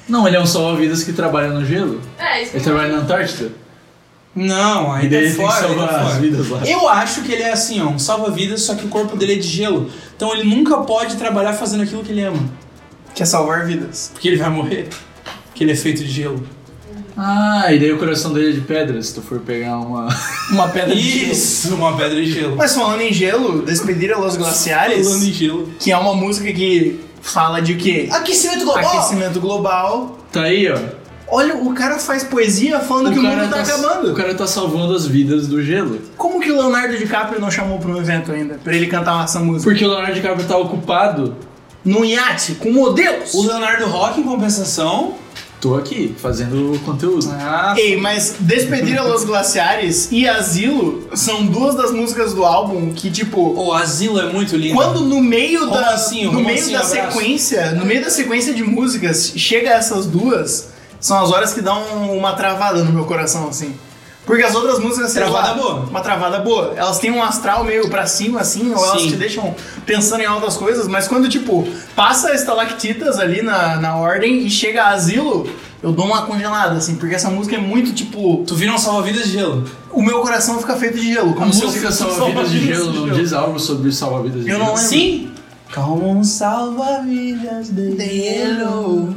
D: Não, ele é um salva-vidas que trabalha no gelo.
E: É, isso que
D: Ele tá
E: eu-
D: trabalha na Antártida.
C: Não,
D: E daí
C: ainda
D: ele
C: fora,
D: tem que
C: ainda
D: salvar as
C: fora.
D: vidas lá.
C: Eu acho que ele é assim, ó, um salva-vidas, só que o corpo dele é de gelo. Então ele nunca pode trabalhar fazendo aquilo que ele ama.
A: Que é salvar vidas.
C: Porque ele vai morrer. Porque ele é feito de gelo.
D: Ah, e daí o coração dele é de pedra, se tu for pegar uma...
A: Uma pedra de gelo.
C: Isso, uma pedra de gelo.
A: Mas falando em gelo, Despedida aos Glaciares,
C: Falando em gelo.
A: que é uma música que fala de quê?
C: Aquecimento global!
A: Aquecimento global.
D: Tá aí, ó.
A: Olha, o cara faz poesia falando que o mundo tá, acabando.
D: O cara tá salvando as vidas do gelo.
A: Como que o Leonardo DiCaprio não chamou pra um evento ainda? Pra ele cantar essa música?
D: Porque o Leonardo DiCaprio tá ocupado.
A: Num iate, com modelos!
C: O Leonardo Rock, em compensação.
D: Tô aqui, fazendo conteúdo.
C: Ah,
A: Ei, mas Despedir aos Glaciares e Asilo são duas das músicas do álbum que, tipo,
C: o asilo é muito lindo.
A: quando no meio da,
C: Romancinho,
A: no meio
C: romancinho,
A: da
C: assim? abraço.
A: sequência, no meio da sequência de músicas, chega essas duas, são as horas que dão uma travada no meu coração, assim. Porque as outras músicas, sei
C: Travada
A: lá,
C: boa.
A: Uma travada boa. Elas têm um astral meio pra cima, assim, ou elas
C: Sim.
A: te deixam pensando em outras coisas, mas quando, tipo, passa estalactitas ali na, na ordem e chega a asilo, eu dou uma congelada, assim, porque essa música é muito, tipo,
C: Tu vira um salva-vidas de gelo.
A: o meu coração fica feito de gelo.
D: A
A: Como se eu
D: música
A: fosse um
D: Salva-Vidas de Gelo não diz algo sobre salva-vidas de
A: Eu
D: gelo.
A: não lembro.
C: Sim! Como um salva-vidas de
A: Gelo.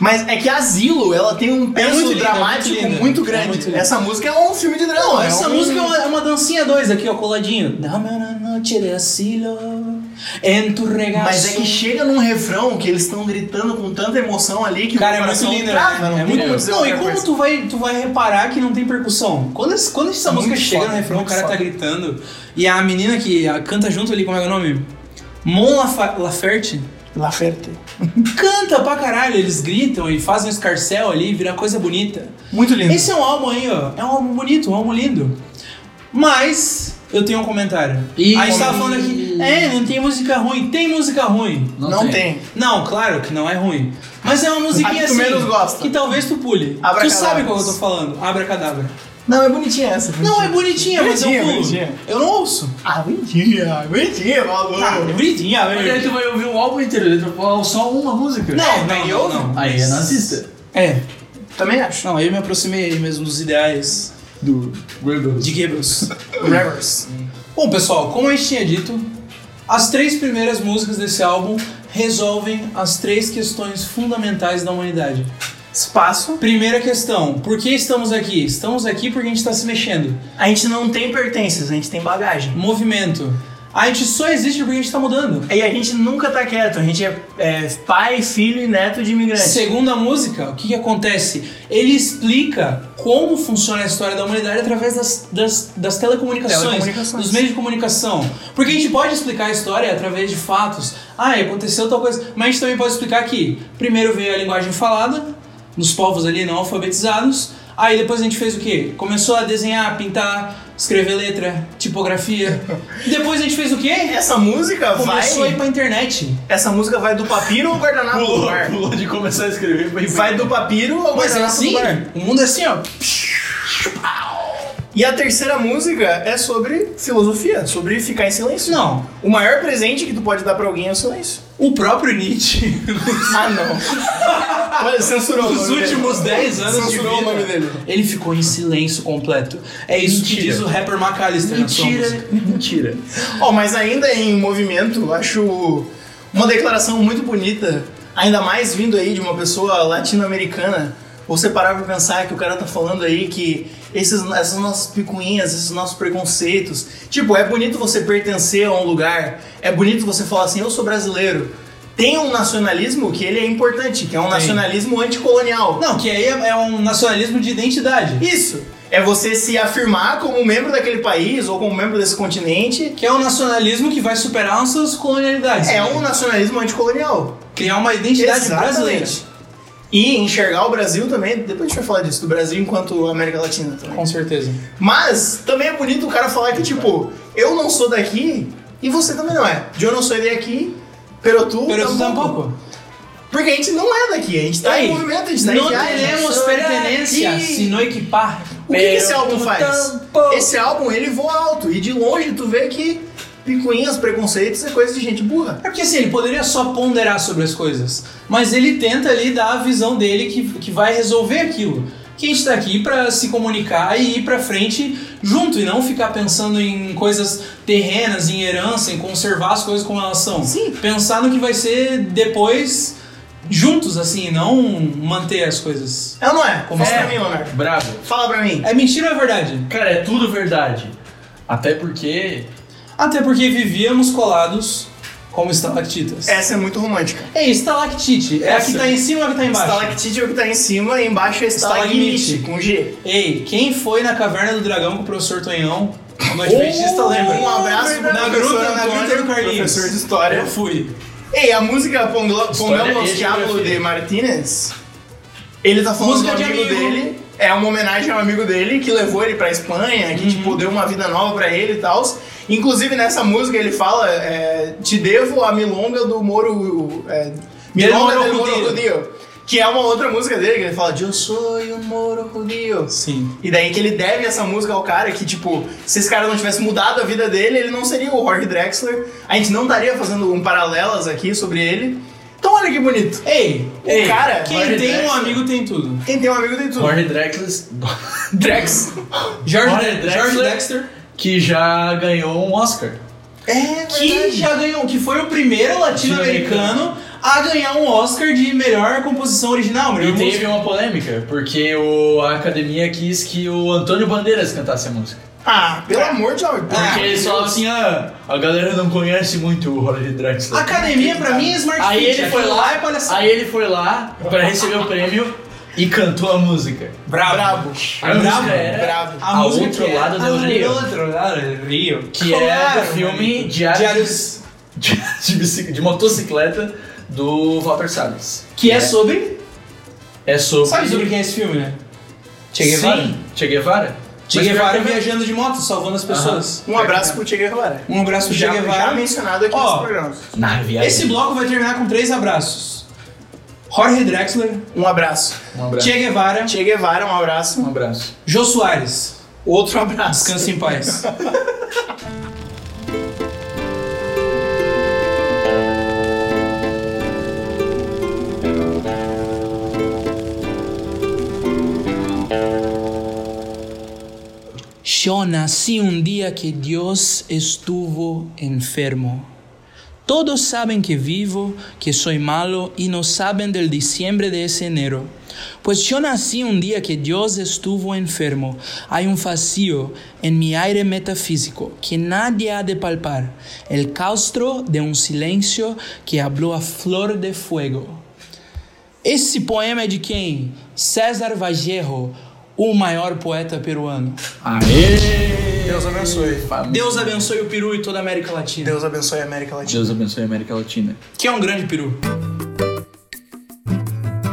A: Mas é que Asilo, ela tem um peso
C: É muito linda,
A: dramático
C: muito linda.
A: muito
C: É muito
A: grande.
C: linda.
A: Essa música é um filme de drama.
C: Não,
A: é
C: essa
A: um-
C: música é uma, é uma dancinha dois aqui, ó, coladinho. Dame una noche de asilo en tu regazo.
A: Mas é que chega num refrão que eles estão gritando com tanta emoção ali que o
C: Cara, é muito
A: coração
C: linda.
A: trava, não
C: é
A: tem
C: muito
A: como dizer
C: Não, e
A: outra
C: como
A: coisa.
C: tu vai, tu vai reparar que não tem percussão? Quando, esse- quando essa
A: Muito
C: música chega
A: foda,
C: no refrão, o
A: muito
C: cara tá
A: foda.
C: gritando. E a menina que a- canta junto ali, como é o nome? Mon Lafa- Laferte.
A: Laferte.
C: Canta pra caralho, eles gritam e fazem um escarcel ali, vira coisa bonita.
A: Muito lindo.
C: Esse é um álbum aí, ó. É um álbum bonito, um álbum lindo. Mas eu tenho um comentário.
D: Ih,
C: a gente tava
D: ih.
C: falando aqui, é, não tem música ruim, tem música ruim.
A: Não, tem.
C: Não, claro que não é ruim. Mas é
A: A
C: uma musiquinha
A: que tu
C: assim
A: menos gosta.
C: que talvez tu pule.
A: Abracadabra.
C: Tu sabe qual eu tô falando? Abra cadabra.
A: Não, é bonitinha essa.
C: Não, é bonitinha, mas eu
A: Bonitinha,
C: pulo.
A: bonitinha.
C: Eu não ouço.
A: Ah, bonitinha, bonitinha, maluco.
C: Ah, é bonitinha,
D: Mas aí
C: velho.
D: tu vai ouvir um álbum inteiro, daí tu vai falar só uma música.
C: Não, não,
A: daí
C: não,
A: ouve.
C: não.
D: Aí é nazista.
C: É.
A: Também acho.
C: Não, aí eu me aproximei aí mesmo dos ideais
D: Do Rebels.
C: de Goebbels.
A: Revers.
C: Bom, pessoal, como a gente tinha dito, as três primeiras músicas desse álbum resolvem as três questões fundamentais da humanidade.
A: Espaço.
C: Primeira questão, por que estamos aqui? Estamos aqui porque a gente está se mexendo.
A: A gente não tem pertences, a gente tem bagagem.
C: Movimento. A gente só existe porque a gente está mudando.
A: E a gente nunca tá quieto, a gente é, é pai, filho e neto de imigrante.
C: Segunda música, o que, que acontece? Ele explica como funciona a história da humanidade através das, das, das telecomunicações,
A: Telecomunicações.
C: dos meios de comunicação. Porque a gente pode explicar a história através de fatos. Ah, aconteceu tal coisa. Mas a gente também pode explicar que primeiro veio a linguagem falada, nos povos ali não alfabetizados. Aí depois a gente fez o quê? Começou a desenhar, pintar, escrever letra, tipografia. depois a gente fez o quê?
A: Essa música
C: Começou a ir
A: vai.
C: pra internet.
A: Essa música vai do papiro ao guardanapo do
D: Pulou,
A: bar.
D: pulou de começar a escrever. Vai,
A: Vai do papiro ao
C: Mas é
A: guardanapo do
C: assim,
A: bar.
C: o mundo é assim, ó.
A: E a terceira música é sobre filosofia, sobre ficar em silêncio.
C: Não,
A: O maior presente que tu pode dar pra alguém é o silêncio.
C: O próprio Nietzsche,
A: Ah, não. Olha, censurou o
C: nos
A: nome dele.
C: últimos 10 anos de
A: Censurou o nome
C: vida,
A: dele.
C: ele ficou em silêncio completo. É isso que
D: Mentira.
C: diz o rapper McAllister na sua
D: Mentira,
C: música.
D: mentira.
A: Ó, mas ainda em movimento, acho uma declaração muito bonita, ainda mais vindo aí de uma pessoa latino-americana. Você parar pra pensar que o cara tá falando aí que esses, essas nossas picuinhas, esses nossos preconceitos. Tipo, é bonito você pertencer a um lugar, é bonito você falar assim, eu sou brasileiro. Tem um nacionalismo que ele é importante, que é um nacionalismo anticolonial.
C: Não, que aí é é um nacionalismo de identidade.
A: Isso! É você se afirmar como membro daquele país ou como membro desse continente.
C: Que é um nacionalismo que vai superar as suas colonialidades.
A: É um nacionalismo anticolonial.
C: Criar uma identidade brasileira.
A: E enxergar o Brasil também, depois a gente vai falar disso, do Brasil enquanto América Latina também.
C: Com certeza.
A: Mas também é bonito o cara falar que, tipo, eu não sou daqui e você também não é. Eu não sou daqui, pero tu
C: Pero tá um tu
A: tampouco.
C: tampouco.
A: Porque a gente não é daqui, a gente tá
C: Aí,
A: em movimento, a gente tá em
C: Não
A: viagem.
C: teremos pertenência,
A: Aqui.
C: sino equipar.
A: O que, que esse álbum faz? Esse álbum, ele voa alto e de longe tu vê que picuinhas, preconceitos é coisa de gente burra.
C: É porque assim, ele poderia só ponderar sobre as coisas, mas ele tenta ali dar a visão dele que, que vai resolver aquilo. Que a gente tá aqui pra se comunicar e ir pra frente junto e não ficar pensando em coisas terrenas, em herança, em conservar as coisas como elas são.
A: Sim.
C: Pensar no que vai ser depois juntos, assim, não manter as coisas.
A: É ou não é?
C: Como
A: Fala
C: é?
A: pra mim, Leonardo.
D: Bravo.
A: Fala pra mim.
C: É mentira ou é verdade?
D: Cara, é tudo verdade. Até porque
C: Até porque vivíamos colados como estalactitas.
A: Essa é muito romântica.
C: É estalactite. É a que
D: Essa.
C: tá em cima ou a que tá embaixo?
A: Estalactite é o que tá em cima e embaixo é
C: Estalagmite.
A: estalagmite, com G.
C: Ei, quem foi na caverna do dragão com o professor Tonhão? A noite feitista lembra.
A: Um abraço pro
C: na
A: professor
C: gruta, na
A: Antônio,
C: gruta do Carlinhos.
A: professor de história.
C: Eu fui.
A: Ei, a música Ponglo-
D: História
A: Pongamos
D: e
A: Diablo
D: geografia.
A: de Martinez, ele tá falando
C: Música
A: do
C: de
A: amigo,
C: amigo.
A: dele, é uma homenagem a um amigo dele que levou ele pra Espanha, que
C: Uhum.
A: tipo, deu uma vida nova pra ele e tal. Inclusive nessa música ele fala, é, te devo a milonga do Moro... É, milonga
C: Moro
A: do Moro
C: Judío.
A: Judío, que é uma outra música dele, que ele fala, eu sou o Moro Judío.
C: Sim.
A: E daí que ele deve essa música ao cara que, tipo, se esse cara não tivesse mudado a vida dele, ele não seria o Jorge Drexler. A gente não estaria fazendo um paralelas aqui sobre ele. Então olha que bonito.
C: Ei,
A: O cara,
C: quem
A: Jorge
C: tem um
A: Drexler.
C: amigo tem tudo.
A: Quem tem um amigo tem tudo.
D: Jorge Drexler,
A: Drex.
C: George,
D: Jorge
C: Dexter,
D: Drexler.
C: George Dexter,
D: que já ganhou um Oscar.
A: É,
C: que já ganhou, que foi o primeiro latino-americano a ganhar um Oscar de melhor composição original, melhor
D: E teve
C: música.
D: uma polêmica, porque o, a academia quis que o Antônio Bandeiras cantasse a música.
C: Ah,
A: Pelo amor de Deus.
D: Porque
C: Ah,
D: eles falavam assim, ah, a galera não conhece muito o Holiday Drexler.
C: academia pra mim é smart
D: um Aí
C: fit,
D: ele foi
C: aquilo
D: lá,
C: é palhaçada.
D: aí ele foi lá pra receber o prêmio e cantou a música.
C: Bravo.
A: Brabo.
D: A música era
A: Brabo.
C: A
D: Ao
C: música
D: Outro
C: que é-
D: Lado do
C: Ao
D: Rio.
C: Outro lado do Rio.
D: Que
C: Claro,
D: é do filme
C: mano.
D: Diários,
C: Diários-
D: de, de bicic- de motocicleta do Walter Salles.
C: Que é sobre.
D: É sobre.
C: Sabe sobre quem é esse filme, né? Che Guevara?
D: Sim, Che Guevara.
C: Che
D: Mas
C: Guevara
D: pior que-
C: viajando de moto, salvando as pessoas.
A: Um abraço pro Che Guevara.
C: Um abraço pro Che
A: Já, já
C: Guevara.
A: mencionado aqui
C: Ó,
A: nesse programa.
D: Na viagem.
C: Esse bloco vai terminar com três abraços. Jorge Drexler,
A: Um abraço.
D: Um abraço.
C: Che Guevara,
A: Che Guevara, um abraço.
D: Um abraço.
C: Jô Soares.
A: Outro abraço.
C: Descanse em paz. Yo nací un día um que Dios estuvo enfermo. Todos saben que vivo, que soy malo y no saben del diciembre de ese enero. Pues yo nací un día que Dios estuvo enfermo. Hay un vacío en mi aire metafísico que nadie ha de palpar. El caustro de un silencio que habló a flor de fuego. Esse poema é de quem? César Vajerro, o maior poeta peruano.
D: Aê!
A: Deus abençoe.
C: Deus abençoe o Peru e toda a América Latina.
A: Deus abençoe a América Latina.
D: Deus abençoe a América Latina.
C: Que é um grande peru.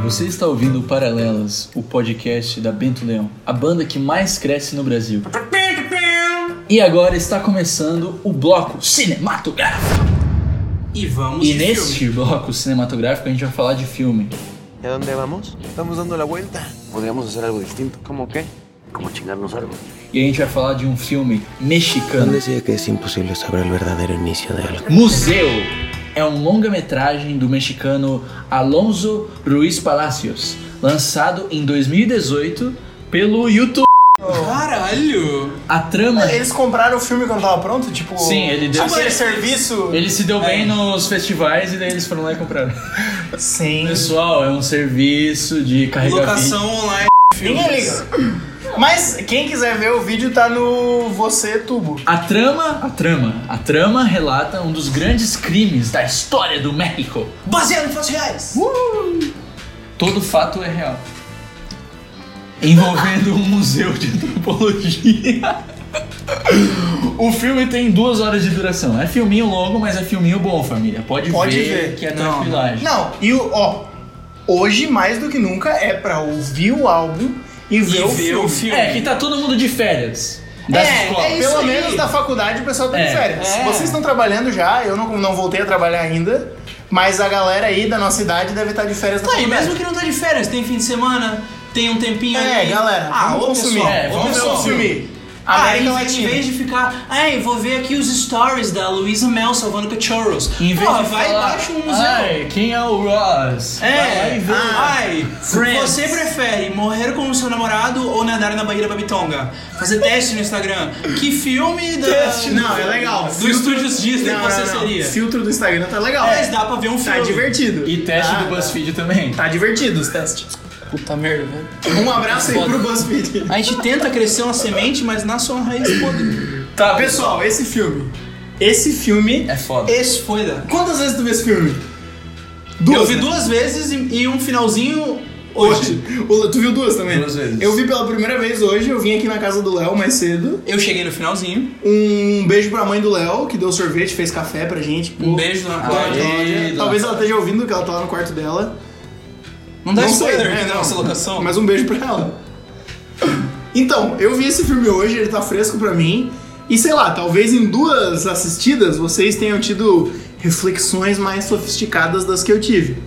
D: Você está ouvindo o Paralelas, o podcast da Bento Leão, a banda que mais cresce no Brasil. E agora está começando o bloco cinematográfico.
C: E vamos
D: E
C: de
D: neste
C: filme.
D: bloco cinematográfico a gente vai falar de filme.
F: ¿Y a dónde vamos? Estamos dando la vuelta. Podríamos hacer algo distinto. ¿Cómo qué? Como chingarnos algo.
D: E a gente vai falar de um filme
F: Kant
D: mexicano.
F: decía que es imposible saber el verdadero inicio de algo.
D: Museu é um longa-metragem do mexicano Alonso Ruiz Palacios, lançado em 2018 pelo YouTube.
C: Caralho!
D: A trama
A: Eles compraram o filme quando tava pronto? Tipo,
D: Sim, ele deu-
A: aquele
D: Ele-
A: serviço.
D: Ele se
C: É.
D: deu bem nos festivais e daí eles foram lá e compraram.
A: Sim.
D: Pessoal, é um serviço de carregamento.
C: Locação online.
A: Ninguém liga. Mas quem quiser ver o vídeo tá no Você Tubo.
D: A trama, a trama, a trama relata um dos grandes crimes da história do México.
C: Baseado em fatos reais.
D: Todo fato é real. Envolvendo um museu de antropologia. O filme tem duas horas de duração. É filminho longo, mas é filminho bom, família. Pode,
A: Pode ver.
D: que é
C: Não,
D: tranquilagem.
A: Não, e o, ó, hoje mais do que nunca é pra ouvir o álbum e ver, o,
C: ver
A: filme.
C: o filme.
D: É, que tá todo mundo de férias. Das
A: É,
D: escolas.
A: é isso pelo menos da faculdade o pessoal tá de
D: É.
A: férias.
C: É.
A: Vocês estão trabalhando já, eu não, não voltei a trabalhar ainda, mas a galera aí da nossa idade deve estar de férias na
C: Tá, e
A: faculdade.
C: mesmo que não tá de férias, tem fim de semana, tem um tempinho
A: É,
C: ali.
A: galera,
C: Ah,
A: vamos
C: ô,
A: consumir.
C: pessoal,
D: É,
C: ô,
D: vamos ver
C: pessoal.
D: o
A: filme. Ah, América
C: Aí, Ah, em
A: Latina.
C: vez de ficar, ai, vou ver aqui os stories da Luísa Mel salvando cachorros.
D: Em vez
C: Porra,
D: de
C: vai
D: falar,
C: e baixa um museu.
D: Ai, quem é o Ross? Vai lá
C: É,
D: e vê.
C: ai,
D: Friends.
C: você prefere morrer com o seu namorado ou nadar na barriga da Babitonga? Fazer teste no Instagram. Que filme da...
A: Teste, não, é legal.
C: Do
A: Filtro-
C: Estúdios Disney
A: Não,
C: você
A: não, não.
C: seria.
A: Filtro do Instagram tá legal.
C: Mas dá pra ver um filme.
A: Tá divertido.
D: E teste
C: Ah.
A: Tá,
D: do BuzzFeed também.
A: Tá divertido os testes.
C: Puta merda, velho.
A: Um abraço aí
C: Foda.
A: pro BuzzFeed.
C: A gente tenta crescer uma semente, mas nasce uma raiz podre.
A: Tá, pessoal, esse filme. Esse filme.
D: É foda.
C: Esse foi da...
A: Quantas vezes tu vê esse filme?
C: Eu vi
A: né?
C: duas vezes e, e um finalzinho hoje.
A: Hoje. O- Tu viu duas também?
D: Duas vezes.
A: Eu vi pela primeira vez hoje, eu vim aqui na casa do Léo mais cedo.
C: Eu cheguei no finalzinho.
A: Um beijo pra mãe do Léo, que deu sorvete, fez café pra gente. pô.
C: Um beijo na
A: Dona
D: Aê,
A: Cláudia.
D: dona
A: Talvez ela esteja ouvindo, que ela tá lá no quarto dela.
C: Não dá
A: Não sei,
C: spoiler
A: né?
C: aqui da
A: Não.
C: nossa locação.
A: Mas um beijo pra ela. Então, eu vi esse filme hoje, ele tá fresco pra mim. E sei lá, talvez em duas assistidas vocês tenham tido reflexões mais sofisticadas das que eu tive.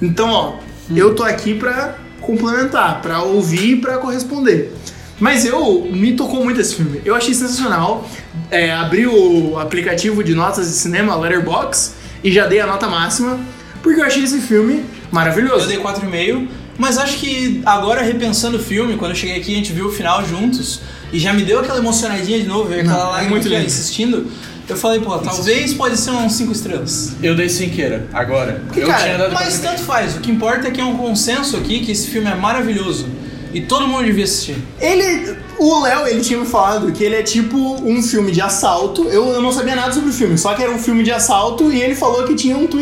A: Então, ó, eu tô aqui pra complementar, pra ouvir e pra corresponder. Mas eu me tocou muito esse filme. Eu achei sensacional. É, abri o aplicativo de notas de cinema, Letterbox, e já dei a nota máxima, porque eu achei esse filme maravilhoso.
C: Eu dei 4,5, mas acho que agora repensando o filme, quando eu cheguei aqui, a gente viu o final juntos e já me deu aquela emocionadinha de novo, ver aquela
A: Não, é
C: lágrima
A: muito
C: aqui, ó,
A: lindo.
C: insistindo. Eu falei, pô, talvez pode ser um 5 estrelas.
D: Eu dei cinqueira, agora. eu tinha
C: Cara,
D: dado
C: mas tá-
D: pra-
C: tanto faz. O que importa é que é um consenso aqui que esse filme é maravilhoso. E todo mundo devia assistir.
A: Ele. O Léo, ele tinha me falado que ele é tipo um filme de assalto. Eu, eu não sabia nada sobre o filme, só que era um filme de assalto e ele falou que tinha um tweet.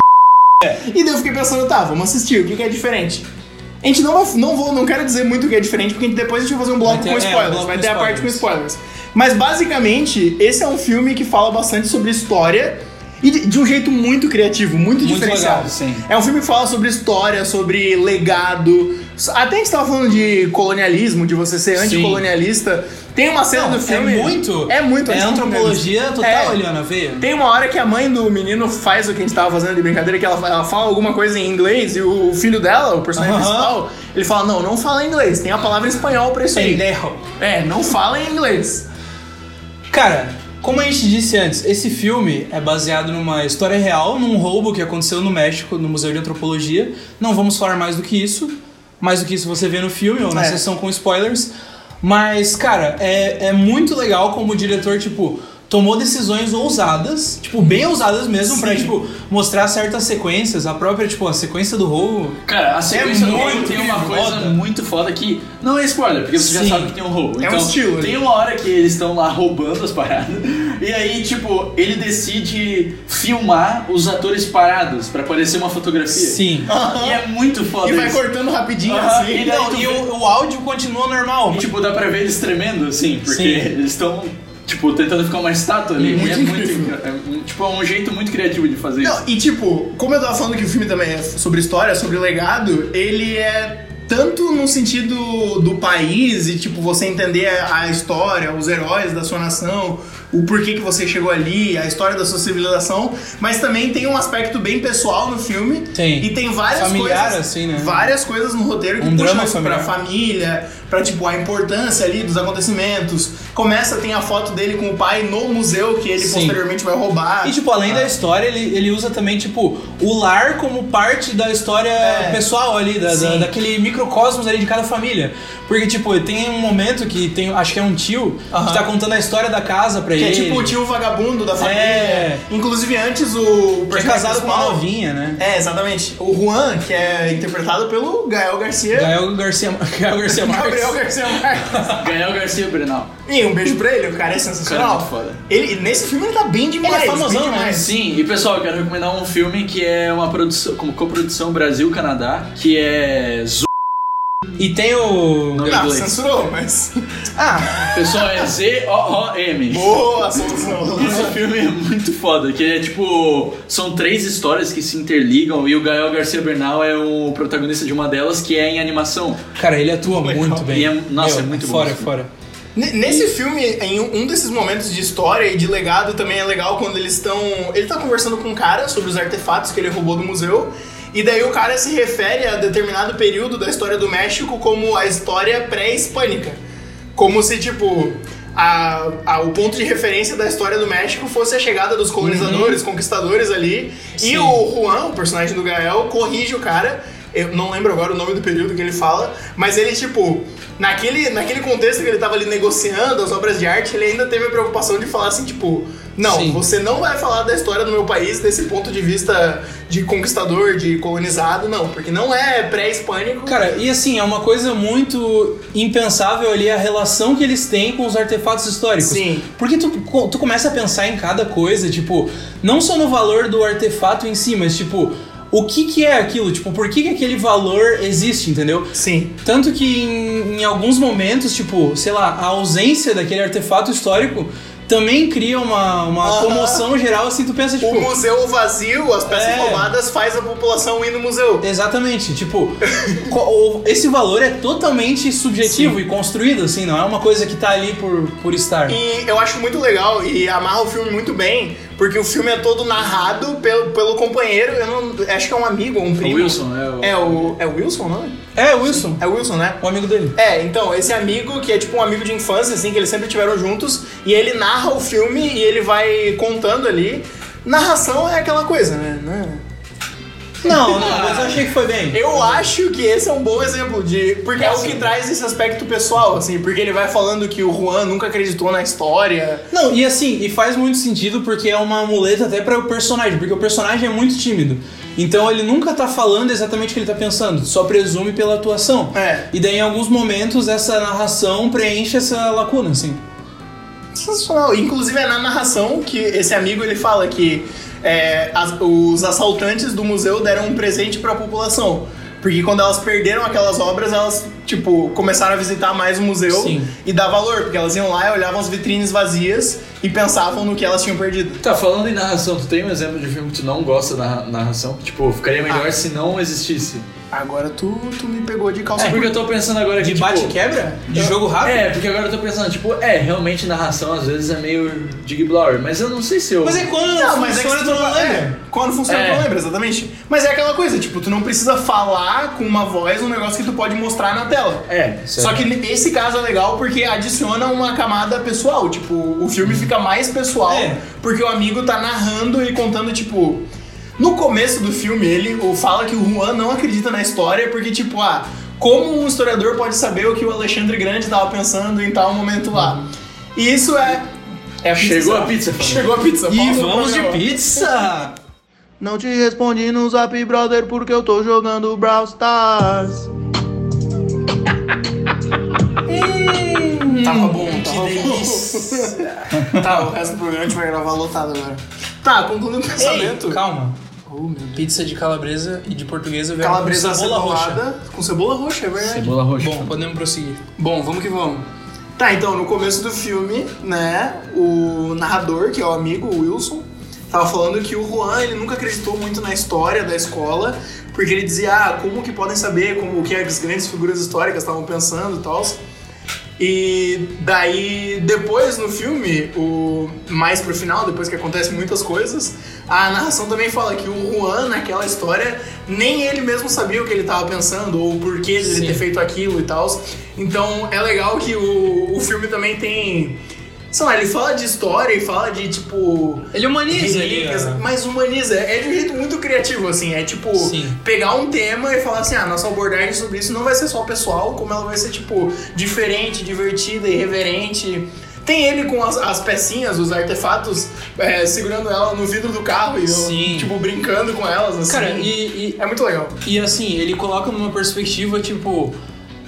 C: É.
A: E daí eu fiquei pensando, tá, vamos assistir, o que, que é diferente? A gente não vai. Não, vou, não quero dizer muito o que é diferente, porque a gente- depois a gente vai fazer um bloco
C: Vai ter-
A: com
C: é, um
A: spoilers.
C: bloco
A: vai
C: com
A: ter a parte com
C: spoilers.
A: spoilers. Mas basicamente, esse é um filme que fala bastante sobre história. E de, de um jeito muito criativo, muito,
C: Muito
A: diferenciado.
C: legal, sim.
A: É um filme que fala sobre história, sobre legado. Até a gente tava falando de colonialismo, de você ser
C: Sim.
A: anticolonialista. Tem uma cena
C: Não,
A: do filme.
C: É muito.
A: É muito
C: É antropologia total,
A: É.
C: Eliana, veio.
A: Tem uma hora que a mãe do menino faz o que a gente tava fazendo de brincadeira, que ela, ela fala alguma coisa em inglês e o, filho dela, o personagem
C: Aham.
A: principal, ele fala: Não, não fala inglês, tem a palavra em espanhol pra isso aí.
C: Pendejo.
A: É, não fala em inglês.
C: Cara, como a gente disse antes, esse filme é baseado numa história real, num roubo que aconteceu no México, no Museu de Antropologia. Não vamos falar mais do que isso. Mais do que isso você vê no filme ou na
A: É.
C: sessão com spoilers. Mas, cara, é, é muito legal como o diretor, tipo, tomou decisões ousadas, tipo, bem ousadas mesmo, pra, tipo, mostrar certas sequências. A própria, tipo, a sequência do roubo.
D: Cara, a sequência do roubo
C: É muito
D: tem uma coisa
C: foda.
D: muito foda que não é spoiler, porque você
C: Sim.
D: já sabe que tem um roubo.
A: É um
D: então,
C: né?
A: estilo.
D: Tem uma hora que eles estão lá roubando as paradas, e aí, tipo, ele decide filmar os atores parados pra parecer uma fotografia.
C: Sim.
D: E é muito
A: E
D: foda
A: vai
D: isso.
A: cortando rapidinho
D: Aham,
A: assim.
D: e daí
C: Não,
D: tu
C: e
D: vê-
C: o, o áudio continua normal.
D: E, tipo, dá pra ver eles tremendo, assim, porque
C: Sim.
D: eles estão, tipo, tentando ficar uma estátua ali.
A: Muito
D: e é muito.
A: incrível.
D: é um- tipo, é um jeito muito criativo de fazer
A: Não,
D: isso.
A: e tipo, como eu tava falando que o filme também é sobre história, sobre legado, ele é tanto no sentido do país e tipo você entender a a história, os heróis da sua nação, o porquê que você chegou ali, a história da sua civilização, mas também tem um aspecto bem pessoal no filme.
C: Tem.
A: E tem várias
C: Familiar,
A: coisas,
C: assim, né?
A: várias coisas no roteiro que
C: Um
A: puxam
C: drama
A: isso pra
C: familiar.
A: família, pra tipo a importância ali dos acontecimentos. Começa tem a foto dele com o pai no museu que ele
C: Sim.
A: posteriormente vai roubar.
C: E, tipo,
A: Ah.
C: além da história, ele, ele usa também, tipo, o lar como parte da história
A: É.
C: pessoal ali, da, da- daquele microcosmos ali de cada família. Porque, tipo, tem um momento que tem, acho que é um tio, que tá contando a história da casa pra
A: Que é
C: ele.
A: tipo o tio vagabundo da família.
C: É.
A: Inclusive, antes o.
C: que é
A: personagem
C: casado com uma
A: principal-
C: novinha, né?
A: É, exatamente. O Juan, que é interpretado pelo Gael Garcia.
C: Gael Garcia, Gael Garcia Marques.
A: Gabriel Garcia Marques.
D: Gael Garcia Brenal.
A: e um beijo pra ele, o cara é sensacional.
D: Cara, muito foda.
A: Ele, nesse filme ele tá bem demais.
C: Ele é famosão,
A: bem
C: né?
A: demais.
D: Sim, e pessoal, eu quero recomendar um filme que é uma produção, como coprodução Brasil-Canadá, que é Zo.
C: E tem o...
D: Não.
A: Ah,
D: Inglês.
A: censurou, mas. Ah,
D: Pessoal, é Z-O-O-M.
A: boa solução.
D: Esse filme é muito foda, que é tipo. São três histórias que se interligam e o Gael Garcia Bernal é o protagonista de uma delas, que é em animação.
C: Cara, ele atua muito bem.
D: E é- nossa, é muito bom
C: fora,
D: esse
C: Fora,
A: N- Nesse filme, em um um desses momentos de história e de legado, também é legal quando eles estão. Ele tá conversando com um cara sobre os artefatos que ele roubou do museu. E daí o cara se refere a determinado período da história do México como a história pré-hispânica. Como se, tipo, a, a- o ponto de referência da história do México fosse a chegada dos colonizadores, conquistadores ali. E
C: Sim.
A: o Juan, o personagem do Gael, corrige o cara. Eu não lembro agora o nome do período que ele fala, mas ele, tipo, naquele, naquele contexto que ele tava ali negociando as obras de arte, ele ainda teve a preocupação de falar assim, tipo, não,
C: Sim.
A: você não vai falar da história do meu país desse ponto de vista de conquistador, de colonizado, não, porque não é pré-hispânico.
C: Cara, e assim, é uma coisa muito impensável ali a relação que eles têm com os artefatos históricos.
A: Sim.
C: Porque tu, co- tu começa a pensar em cada coisa, tipo, não só no valor do artefato em si, mas tipo, o que que é aquilo? Tipo, por que que aquele valor existe, entendeu?
A: Sim.
C: Tanto que em, em alguns momentos, tipo, sei lá, a ausência daquele artefato histórico também cria uma, uma
A: Aham.
C: comoção geral, assim, tu pensa, tipo...
A: O museu vazio, as peças
C: É.
A: roubadas, faz a população ir no museu.
C: Exatamente, tipo, co- o- esse valor é totalmente subjetivo e construído, assim, não é uma coisa que tá ali por, por estar.
A: E eu acho muito legal e amarra o filme muito bem, porque o filme é todo narrado pelo, pelo companheiro, eu não, acho que é um amigo ou um
D: O
A: primo.
D: Wilson é o.
A: É o é o Wilson, não? é?
C: É, Wilson,
A: É o Wilson, né?
C: o amigo dele.
A: É, então, esse amigo que é tipo um amigo de infância, assim, que eles sempre tiveram juntos, e ele narra o filme e ele vai contando ali. Narração é aquela coisa, né? Não é-
G: Não, não, mas eu achei que foi bem.
A: Né? Eu acho que esse é um bom exemplo de. Porque é o que traz esse aspecto pessoal, assim, porque ele vai falando que o Juan nunca acreditou na história.
G: Não, e assim,
C: E faz muito sentido porque é uma muleta até para o personagem, porque o personagem é muito tímido. Então ele nunca tá falando exatamente o que ele tá pensando, só presume pela atuação.
A: É.
C: E daí em alguns momentos essa narração preenche essa lacuna, assim.
A: Sensacional. Inclusive é na narração que esse amigo ele fala que é, as- os assaltantes do museu deram um presente pra população. Porque quando elas perderam aquelas obras, elas, tipo, começaram a visitar mais o museu
C: Sim.
A: e dar valor. Porque elas iam lá e olhavam as vitrines vazias e pensavam no que elas tinham perdido.
D: Tá, falando em narração, tu tem um exemplo de filme que tu não gosta da narra- narração? Tipo, ficaria melhor
C: Ah.
D: se não existisse. É,
A: Agora tu, tu me pegou de calça
D: Porque eu tô pensando agora que,
C: É, De
D: tipo,
C: bate e quebra? De
D: eu-
C: jogo rápido?
D: É, porque agora eu tô pensando, tipo, é, realmente narração às vezes é meio dig blower, mas eu não sei se eu...
C: Mas é quando
A: Não,
C: funciona, né?
A: mas é que se
C: tu não
A: é,
C: lembra.
A: quando funciona,
D: É.
A: tu não lembra, exatamente. Mas é aquela coisa, tipo, tu não precisa falar com uma voz um negócio que tu pode mostrar na tela.
D: É,
A: Só que esse caso é legal porque adiciona uma camada pessoal. Tipo, o filme fica mais pessoal
C: É.
A: porque o amigo tá narrando e contando, tipo. No começo do filme, ele o- fala que o Juan não acredita na história porque, tipo, ah, como um historiador pode saber o que o Alexandre Grande tava pensando em tal momento lá? E isso é. é a pizza,
D: Chegou
A: sabe?
D: a pizza, família.
A: Chegou a pizza. Tá,
C: E
A: Pausa do
C: vamos de
A: programa.
C: pizza!
F: Não te respondi no Zap Brother porque eu tô jogando Brawl Stars.
A: Tava bom, tava bom. tá, o resto do programa a gente vai gravar lotado agora. Tá, concluindo o pensamento.
C: Calma.
A: Oh, meu Deus.
C: Pizza de calabresa e de portuguesa vem
A: Calabresa
C: com cebola roxa.
A: acebolada com cebola roxa, é verdade.
D: Cebola roxa.
C: Bom, podemos prosseguir.
A: Bom, vamos que vamos. Tá, então, no começo do filme, né, o narrador, que é o amigo, o Wilson, tava falando que o Juan, ele nunca acreditou muito na história da escola, porque ele dizia, ah, como que podem saber como o que as grandes figuras históricas estavam pensando e tal. E daí, depois no filme, o mais pro final, depois que acontecem muitas coisas, a narração também fala que o Juan, naquela história, nem ele mesmo sabia o que ele tava pensando, ou o porquê dele ter feito aquilo e tal. Então é legal que o, o filme também tem. Sei lá, ele fala de história e fala de tipo.
C: Ele humaniza ali,
A: relíquias,
C: ó.
A: mas humaniza. É de um jeito muito criativo, assim. É tipo,
C: Sim.
A: pegar um tema e falar assim: ah, nossa abordagem sobre isso não vai ser só pessoal, como ela vai ser, tipo, diferente, divertida, irreverente. Tem ele com as, as pecinhas, os artefatos, é, segurando ela no vidro do carro e, eu,
C: Sim.
A: tipo, brincando com elas, assim.
C: Cara, e- e
A: É muito legal.
C: E assim, ele coloca numa perspectiva, tipo,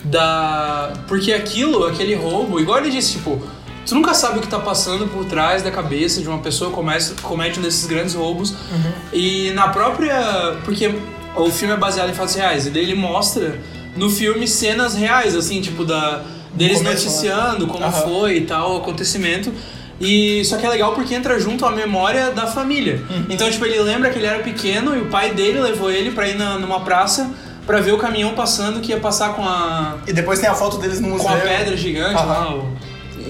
C: da. Porque aquilo, aquele roubo, igual ele disse, tipo, tu nunca sabe o que tá passando por trás da cabeça de uma pessoa que comece- comete um desses grandes roubos.
A: Uhum.
C: E na própria. Porque o filme é baseado em fatos reais, e daí ele mostra no filme cenas reais, assim, tipo, da. Deles
A: começo, né?
C: noticiando como foi e tal, o acontecimento. E só que é legal porque entra junto a memória da família. Então, tipo, ele lembra que ele era pequeno e o pai dele levou ele pra ir na- numa praça pra ver o caminhão passando que ia passar com a,
A: E depois tem a foto deles no museu.
C: com a pedra gigante
A: Aham.
C: lá. o-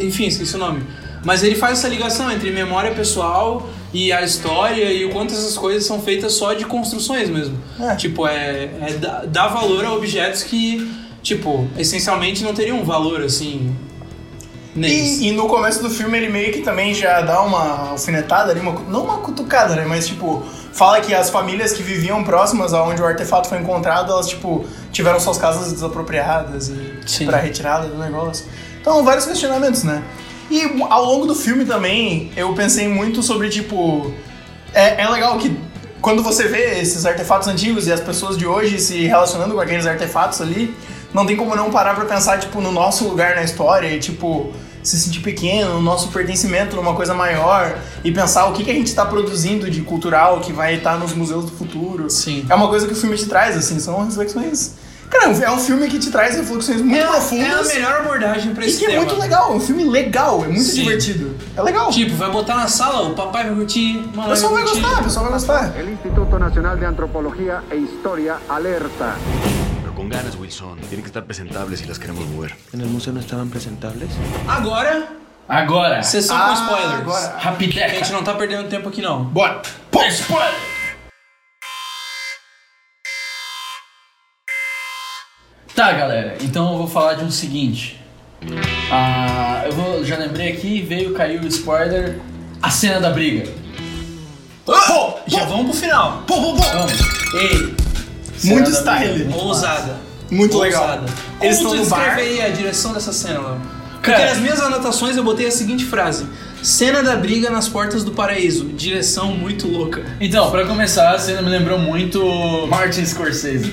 C: Enfim, esqueci o nome. Mas ele faz essa ligação entre memória pessoal e a história e o quanto essas coisas são feitas só de construções mesmo.
A: É.
C: Tipo, é, é dá- dá valor a objetos que, tipo, essencialmente não teriam valor, assim, neles.
A: E, e no começo do filme ele meio que também já dá uma alfinetada ali, uma cu- não uma cutucada, né? Mas tipo, fala que as famílias que viviam próximas aonde o artefato foi encontrado, elas tipo, tiveram suas casas desapropriadas e
C: Sim.
A: pra retirada do negócio. Então, vários questionamentos, né? E ao longo do filme também, eu pensei muito sobre tipo. É, é legal que quando você vê esses artefatos antigos e as pessoas de hoje se relacionando com aqueles artefatos ali, não tem como não parar pra pensar, tipo, no nosso lugar na história e, tipo, se sentir pequeno, o nosso pertencimento numa coisa maior e pensar o que, que a gente tá produzindo de cultural que vai estar nos museus do futuro.
C: Sim.
A: É uma coisa que o filme te traz, assim, são reflexões. Cara, é um filme que te traz reflexões muito
C: É a
A: profundas
C: melhor abordagem pra
A: e
C: esse
A: que é
C: tema.
A: muito legal, é um filme legal, é muito
C: Sim.
A: divertido. É legal.
C: Tipo, vai botar na sala, o papai vai curtir, o
A: O
C: mamãe
A: pessoal vai
C: vai curtir.
A: gostar, o pessoal vai gostar.
H: El Instituto Nacional de Antropología e Historia alerta.
I: Pero con ganas, Wilson. Tienen que estar presentables si las queremos mover.
F: En el museo no estaban presentables.
C: Agora,
D: Agora,
C: sessão
A: Ah,
C: com spoilers.
A: agora.
C: A gente não tá perdendo tempo aqui não.
A: Bora! Pô, spoiler!
D: Tá, galera, então eu vou falar de um seguinte. Ah, eu vou, já lembrei aqui, veio, caiu o spoiler, a cena da briga.
C: Já vamos pro final.
D: Vamos.
C: Ei,
A: Muito
D: Cena da
A: style.
D: vida.
C: ousada.
A: Muito legal.
C: Ousada.
A: Eles
C: Como
A: estão
C: tu
A: no bar.
C: descreveria a direção dessa cena, Léo? Porque
D: Cara.
C: nas minhas anotações eu botei a seguinte frase. Cena da briga nas portas do paraíso. Direção muito louca.
D: Então, pra começar, a cena me lembrou muito Martin Scorsese.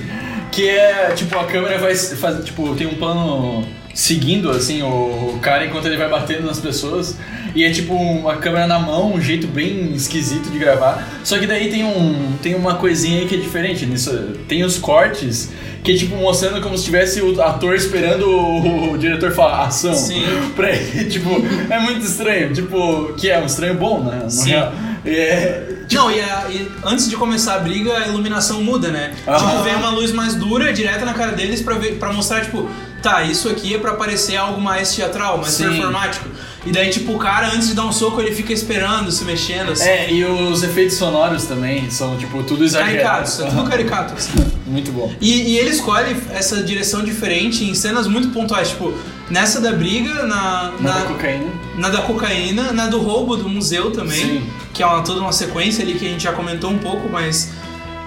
D: Que é, tipo, a câmera vai fazer, tipo, tem um plano seguindo, assim, o cara enquanto ele vai batendo nas pessoas. E é, tipo, uma câmera na mão, um jeito bem esquisito de gravar. Só que daí tem, um, tem uma coisinha aí que é diferente nisso. Tem os cortes, que é, tipo, mostrando como se tivesse o ator esperando o, o diretor falar ação.
C: Sim.
D: Pra ele, tipo, é muito estranho. Tipo, que é um estranho bom, né? No
C: Sim.
D: real. É,
C: Não, e, a- e antes de começar a briga, a iluminação muda, né?
D: Ah.
C: Tipo, vem uma luz mais dura direta na cara deles pra, ver, pra mostrar, tipo, tá, isso aqui é pra parecer algo mais teatral, mais
D: Sim.
C: performático. E daí, tipo, o cara, antes de dar um soco, ele fica esperando, se mexendo, assim.
D: É, e os efeitos sonoros também são, tipo, tudo exagerado.
C: Caricatos, é tudo caricato. assim.
D: Muito bom.
C: E, e ele escolhe essa direção diferente em cenas muito pontuais, tipo, nessa da briga, na,
D: Nada
C: na-
D: cocaína.
C: na da cocaína, na do roubo do museu também,
D: Sim.
C: que é uma, toda uma sequência ali que a gente já comentou um pouco, mas.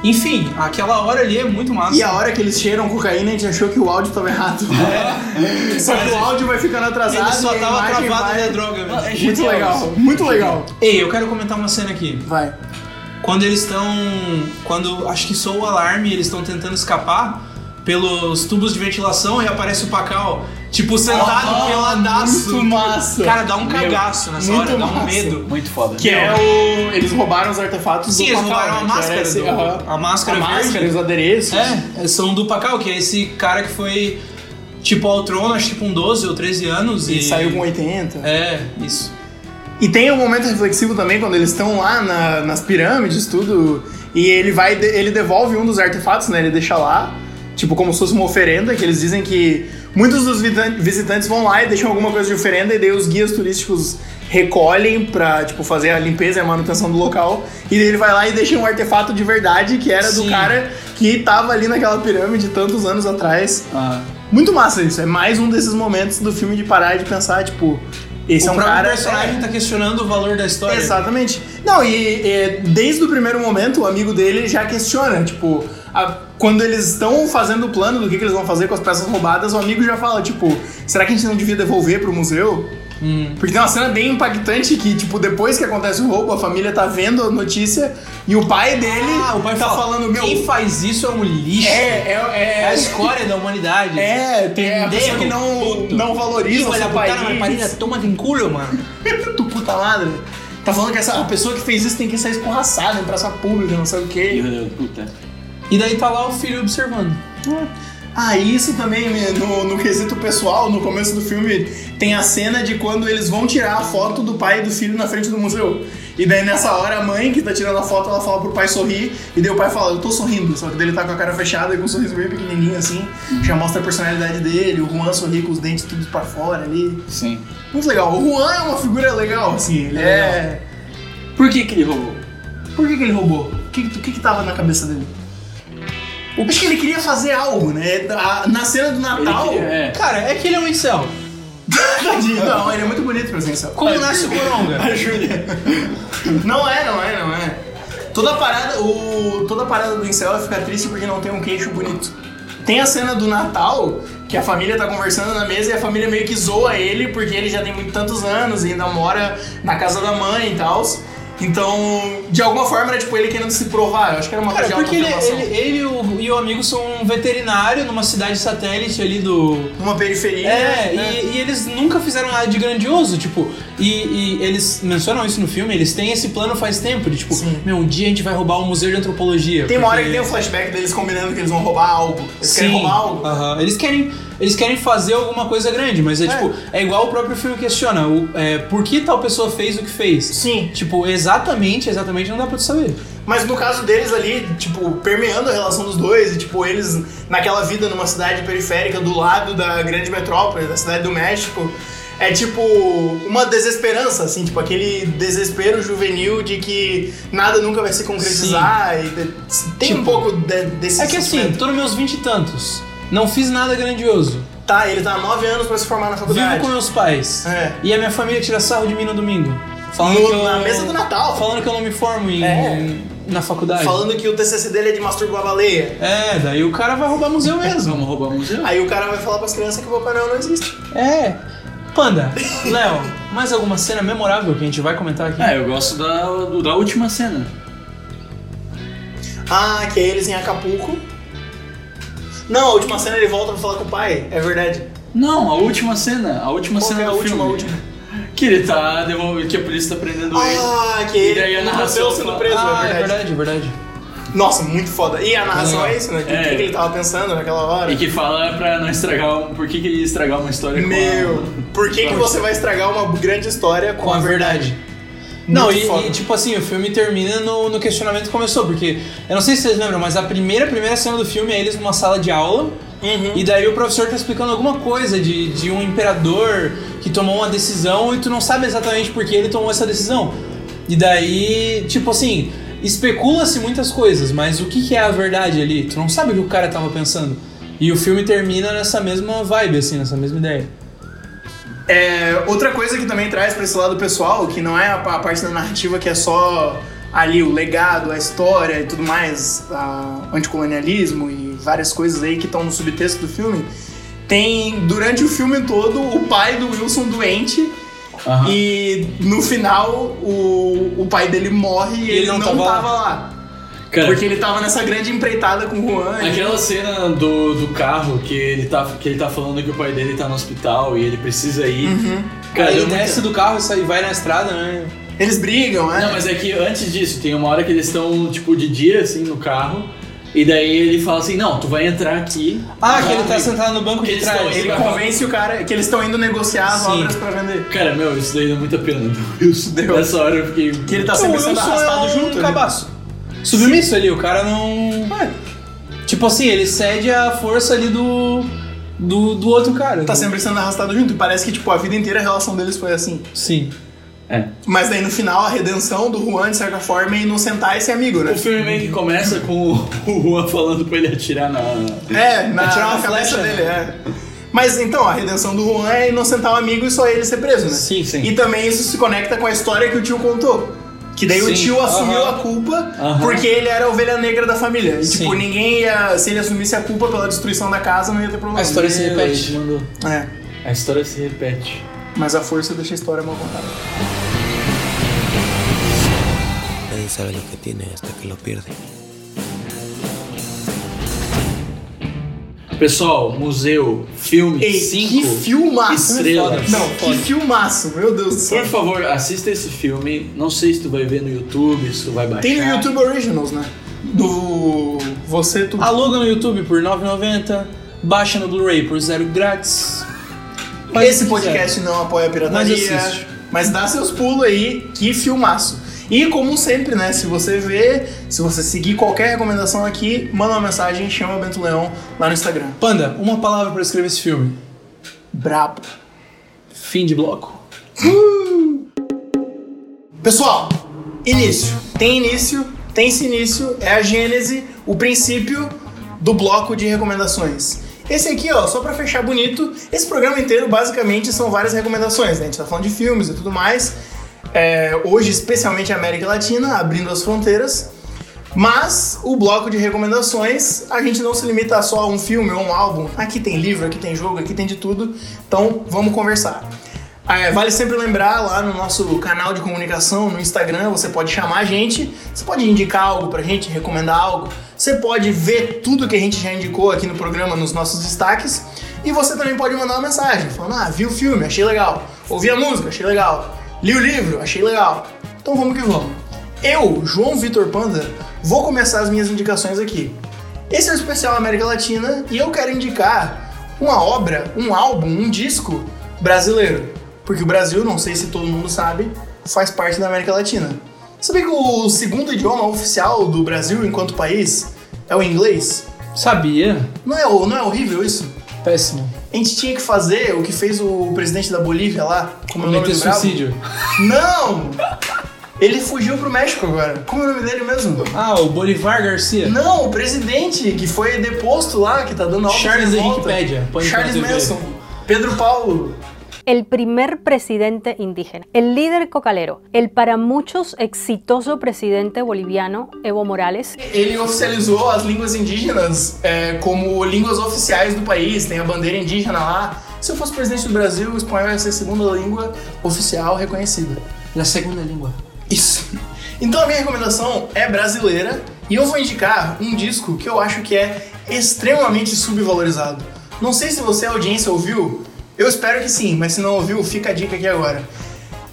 C: Enfim, aquela hora ali é muito massa.
A: E a hora que eles cheiram cocaína, a gente achou que o áudio tava errado. Só que o áudio vai ficando atrasado.
C: Ele só
A: e a
C: tava
A: imagem
C: travado É
A: vai... é
C: da droga mesmo.
A: Muito legal, muito legal.
C: Ei, eu quero comentar uma cena aqui.
A: Vai.
C: Quando eles estão. Quando acho que soa o alarme eles estão tentando escapar pelos tubos de ventilação e aparece o Pacal, tipo, sentado
A: Ah,
C: peladaço.
A: muito massa.
C: Cara, dá um cagaço nessa
A: muito
C: hora, dá um
A: massa.
C: medo.
D: Muito foda.
A: Que é o. Eles roubaram os artefatos
C: Sim,
A: do
C: eles
A: Pacal,
C: roubaram
A: né?
C: a
A: Que era
C: máscara,
A: esse-
C: do,
A: aham.
C: a máscara
A: A
C: verde.
A: máscara, os adereços.
C: É, são do Pacal, que é esse cara que foi tipo ao trono, acho que com 12 ou 13 anos. E,
A: E saiu com 80.
C: É, isso.
A: E tem um momento reflexivo também, quando eles estão lá na- nas pirâmides, tudo. E ele vai, de- ele devolve um dos artefatos, né? Ele deixa lá, tipo, como se fosse uma oferenda, que eles dizem que muitos dos vita- visitantes vão lá e deixam alguma coisa de oferenda, e daí os guias turísticos recolhem pra, tipo, fazer a limpeza e a manutenção do local. E daí ele vai lá e deixa um artefato de verdade, que era
C: Sim.
A: do cara que tava ali naquela pirâmide tantos anos atrás. Muito massa isso. É mais um desses momentos do filme de parar e de pensar, tipo, esse
C: o
A: é um
C: próprio
A: cara.
C: personagem tá questionando o valor da história.
A: Exatamente. Não, e, e desde o primeiro momento, o amigo dele já questiona, tipo, a- quando eles estão fazendo o plano do que, que eles vão fazer com as peças roubadas, o amigo já fala, tipo, será que a gente não devia devolver pro museu?
C: Hum.
A: Porque tem uma cena bem impactante que, tipo, depois que acontece o roubo, a família tá vendo a notícia e o pai dele
C: Ah, o pai
A: tá
C: fala,
A: falando, meu.
C: Quem faz isso é um lixo.
A: É, é,
C: É a
A: é.
C: escória da humanidade.
A: É, tem a pessoa que não, não valoriza
C: Isso,
A: o
C: vai
A: seu
C: puta na
A: país.
C: marparida, é toma de culo, mano.
A: Tu puta madre. Tá falando que essa, a pessoa que fez isso tem que ser escorraçada em praça pública, não sei o quê.
J: Puta.
C: E daí tá lá o filho observando.
A: Ah, e isso também, né, no, no quesito pessoal, no começo do filme, tem a cena de quando eles vão tirar a foto do pai e do filho na frente do museu. E daí nessa hora a mãe que tá tirando a foto, ela fala pro pai sorrir, e daí o pai fala, eu tô sorrindo, só que daí ele tá com a cara fechada e com um sorriso bem pequenininho assim, já mostra a personalidade dele, o Juan sorri com os dentes tudo pra fora ali.
J: Sim.
A: Muito legal. O Juan é uma figura legal, assim, ele é...
J: Por que que ele roubou?
A: Por que, que ele roubou? O que, que, o que que tava na cabeça dele? Acho que ele queria fazer algo, né? A- Na cena do Natal.
J: É.
C: Cara, é que ele é um incel.
A: Tadinho, não, ele é muito bonito presencial.
C: Como nasce o coronga?
A: A Júlia. Não é, não é, não é. Toda a parada, o, toda a parada do incel é ficar triste porque não tem um queixo bonito. Tem a cena do Natal, que a família tá conversando na mesa e a família meio que zoa ele porque ele já tem muito tantos anos e ainda mora na casa da mãe e tal. Então, de alguma forma era tipo ele querendo se provar. Eu acho que era é uma
C: Cara,
A: coisa de
C: porque ele,
A: autoafirmação.
C: ele, ele e, o, e o amigo são um veterinário numa cidade satélite ali do,
A: Numa periferia.
C: É,
A: né?
C: E, e eles nunca fizeram nada de grandioso, tipo, e, e eles mencionam isso no filme, eles têm esse plano faz tempo, de tipo,
A: Sim.
C: meu, um dia a gente vai roubar o museu de antropologia.
A: Tem uma hora que tem
C: porque-
A: o flashback deles combinando que eles vão roubar algo. Eles
C: Sim.
A: querem roubar algo.
C: Aham. Eles querem, eles querem fazer alguma coisa grande, mas é,
A: É.
C: tipo, é igual o próprio filme questiona, o, é, por que tal pessoa fez o que fez?
A: Sim.
C: Tipo, exatamente, exatamente não dá pra tu saber.
A: Mas no caso deles ali, tipo, permeando a relação dos dois, e tipo, eles naquela vida numa cidade periférica do lado da grande metrópole, da cidade do México, é tipo uma desesperança, assim, tipo, aquele desespero juvenil de que nada nunca vai se concretizar. E de- tem um
C: Tipo,
A: pouco de- desse
C: é que assim,
A: sentimento.
C: tô nos meus vinte e tantos, não fiz nada grandioso,
A: Tá, ele tá há nove anos pra se formar na faculdade.
C: vivo com meus pais,
A: É.
C: e a minha família tira sarro de mim no domingo. Falando
A: No-
C: que eu-
A: na mesa do Natal.
C: Falando que eu não me formo em,
A: É.
C: em- na faculdade.
A: Falando que o TCC dele é de masturbar baleia.
C: É, daí o cara vai roubar museu mesmo. Vamos roubar museu?
A: Aí o cara vai falar pras crianças que o Papai Noel não existe.
C: É. Panda, Léo, mais alguma cena memorável que a gente vai comentar
A: É,
C: aqui?
D: Ah, eu gosto da, do- da última cena.
A: Ah, que é eles em Acapulco. Não, a última cena ele volta pra falar com o pai. É verdade.
D: Não, a última cena. A última
A: Qual
D: cena
A: que é a
D: do
A: última,
D: filme.
A: a última?
D: Que ele tá devolvendo, que a polícia tá prendendo
A: Ah,
D: ele.
A: que
D: e daí
A: ele
D: a
A: com o Mateus
D: narração
A: sendo
D: fala-
A: preso.
C: Ah,
A: é
C: é
A: verdade.
C: verdade, é verdade.
A: Nossa, muito foda. E a narração é isso, né? O que,
D: É.
A: que ele tava pensando naquela hora?
D: E que fala pra não estragar. Por que, que estragar uma história com
A: Meu,
D: a-
A: por que, que você vai estragar uma grande história com,
C: Com a verdade. Não,
A: Muito
C: e,
A: foda.
C: e, tipo assim, o filme termina no, no questionamento que começou, porque eu não sei se vocês lembram, mas a primeira, primeira cena do filme é eles numa sala de aula,
D: Uhum.
C: e daí o professor tá explicando alguma coisa de, de um imperador que tomou uma decisão e tu não sabe exatamente por que ele tomou essa decisão. E daí, tipo assim, especula-se muitas coisas, mas o que, que é a verdade ali? Tu não sabe o que o cara tava pensando. E o filme termina nessa mesma vibe, assim, nessa mesma ideia.
A: É, outra coisa que também traz pra esse lado pessoal, que não é a, pa- a parte da narrativa que é só ali o legado, a história e tudo mais, a, anticolonialismo e várias coisas aí que estão no subtexto do filme, tem durante o filme todo o pai do Wilson doente
C: Aham.
A: e no final o, o pai dele morre e ele, não, tava, lá.
D: Cara,
A: Porque ele tava nessa grande empreitada com o Juan. e-
D: Aquela cena do, do carro que ele, tá, que ele tá falando que o pai dele tá no hospital e ele precisa ir.
A: Uhum.
D: Cara,
C: Aí
D: deu muita-
C: desce do carro e sai- vai na estrada, né?
A: Eles brigam, né?
D: Não, mas é que antes disso, tem uma hora que eles estão, tipo, de dia, assim, no carro. E daí ele fala assim, não, tu vai entrar aqui.
C: Ah, que ele tá
D: e-
C: sentado no banco de
D: Eles
C: trás.
D: estão-
A: Ele convence o cara que eles estão indo negociar as
C: Sim.
A: obras pra vender.
D: Cara, meu, isso daí dá muita pena. Isso deu. Nessa hora eu fiquei...
A: Que ele tá
C: Então,
A: sempre
C: eu
A: sendo
C: sou
A: arrastado
C: um
A: junto. né?
C: Cabaço. Submisso ali, o cara não. Tipo assim, ele cede a força ali do. do, do outro cara.
A: Tá
C: Do-
A: sempre sendo arrastado junto. E parece que, tipo, a vida inteira a relação deles foi assim.
C: Sim.
A: Mas daí no final a redenção do Juan, de certa forma, é inocentar esse amigo, né?
D: O filme meio que começa com o o Juan falando pra ele atirar na...
A: É, na,
C: É tirar uma
A: na cabeça
C: flecha, né?
A: dele, é. Mas então, a redenção do Juan é inocentar o amigo e só ele ser preso, né?
C: Sim, sim.
A: E também isso se conecta com a história que o tio contou. Que daí o
C: Sim,
A: tio
C: aham.
A: assumiu a culpa
D: Aham.
A: porque ele era a ovelha negra da família. E, tipo,
C: Sim.
A: ninguém ia. Se ele assumisse a culpa pela destruição da casa, não ia ter problema.
C: A história se
D: Meu,
C: repete.
D: ele mandou.
A: É.
D: A história se repete.
A: Mas a força deixa a história mal contada.
F: Nadie sabe lo que tiene hasta que lo pierde.
D: Pessoal, museu, filme,
A: Ei, que
D: 5
A: filmaço!
D: estrelas.
A: Não, que filmaço, meu Deus do
D: Por
A: céu.
D: favor, assista esse filme. Não sei se tu vai ver no YouTube, se tu vai baixar.
A: Tem no YouTube Originals, né? Do. Você, tu.
C: Aluga no YouTube por R$ 9,90. Baixa no Blu-ray por zero grátis. Faz
A: Esse
C: o que quiser.
A: podcast não apoia a pirataria.
C: Mas assiste.
A: Mas dá seus pulos aí, que filmaço. E como sempre, né? Se você ver, se você seguir qualquer recomendação aqui, manda uma mensagem, chama o Bento Leão lá no Instagram.
C: Panda, uma palavra pra escrever esse filme.
A: Brabo.
C: Fim de bloco.
A: Pessoal, início. Tem início, tem esse início, é a gênese, o princípio do bloco de recomendações. Esse aqui, ó, só pra fechar bonito, esse programa inteiro basicamente são várias recomendações, né? A gente tá falando de filmes e tudo mais. É, hoje, especialmente a América Latina, abrindo as fronteiras. Mas o bloco de recomendações, a gente não se limita só a um filme ou um álbum. Aqui tem livro, aqui tem jogo, aqui tem de tudo. Então vamos conversar. Ah, é, vale sempre lembrar lá no nosso canal de comunicação, no Instagram, você pode chamar a gente, você pode indicar algo pra gente, recomendar algo, você pode ver tudo que a gente já indicou aqui no programa nos nossos destaques e você também pode mandar uma mensagem falando: ah, vi o filme, achei legal, ouvi a música, achei legal, li o livro, achei legal. Então vamos que vamos. Eu, João Vitor Panda, vou começar as minhas indicações aqui. Esse é o especial América Latina e eu quero indicar uma obra, um álbum, um disco brasileiro. Porque o Brasil, não sei se todo mundo sabe, faz parte da América Latina. Sabia que o segundo idioma oficial do Brasil enquanto país é o inglês?
C: Sabia?
A: Não é, não é horrível isso?
C: Péssimo.
A: A gente tinha que fazer o que fez o presidente da Bolívia lá, como é o nome
C: Cometer
A: do brabo?
C: suicídio.
A: Não! Ele fugiu pro México agora. Como é o nome dele mesmo?
C: Ah, o Bolivar Garcia.
A: Não, o presidente que foi deposto lá, que tá dando aula.
C: Charles Henrique Pédia. Põe
A: Charles
C: pra TV.
A: Manson. Pedro Paulo.
K: el primer presidente indígena, el líder cocalero, el para muchos exitoso presidente boliviano, Evo Morales.
A: Ele oficializou as línguas indígenas é, como línguas oficiais do país, tem a bandeira indígena lá. Se eu fosse presidente do Brasil, o espanhol ia ser a segunda língua oficial reconhecida.
C: Na segunda língua.
A: Isso. Então a minha recomendação é brasileira e eu vou indicar um disco que eu acho que é extremamente subvalorizado. Não sei se você, audiência, ouviu. Eu espero que sim, mas se não ouviu, fica a dica aqui agora.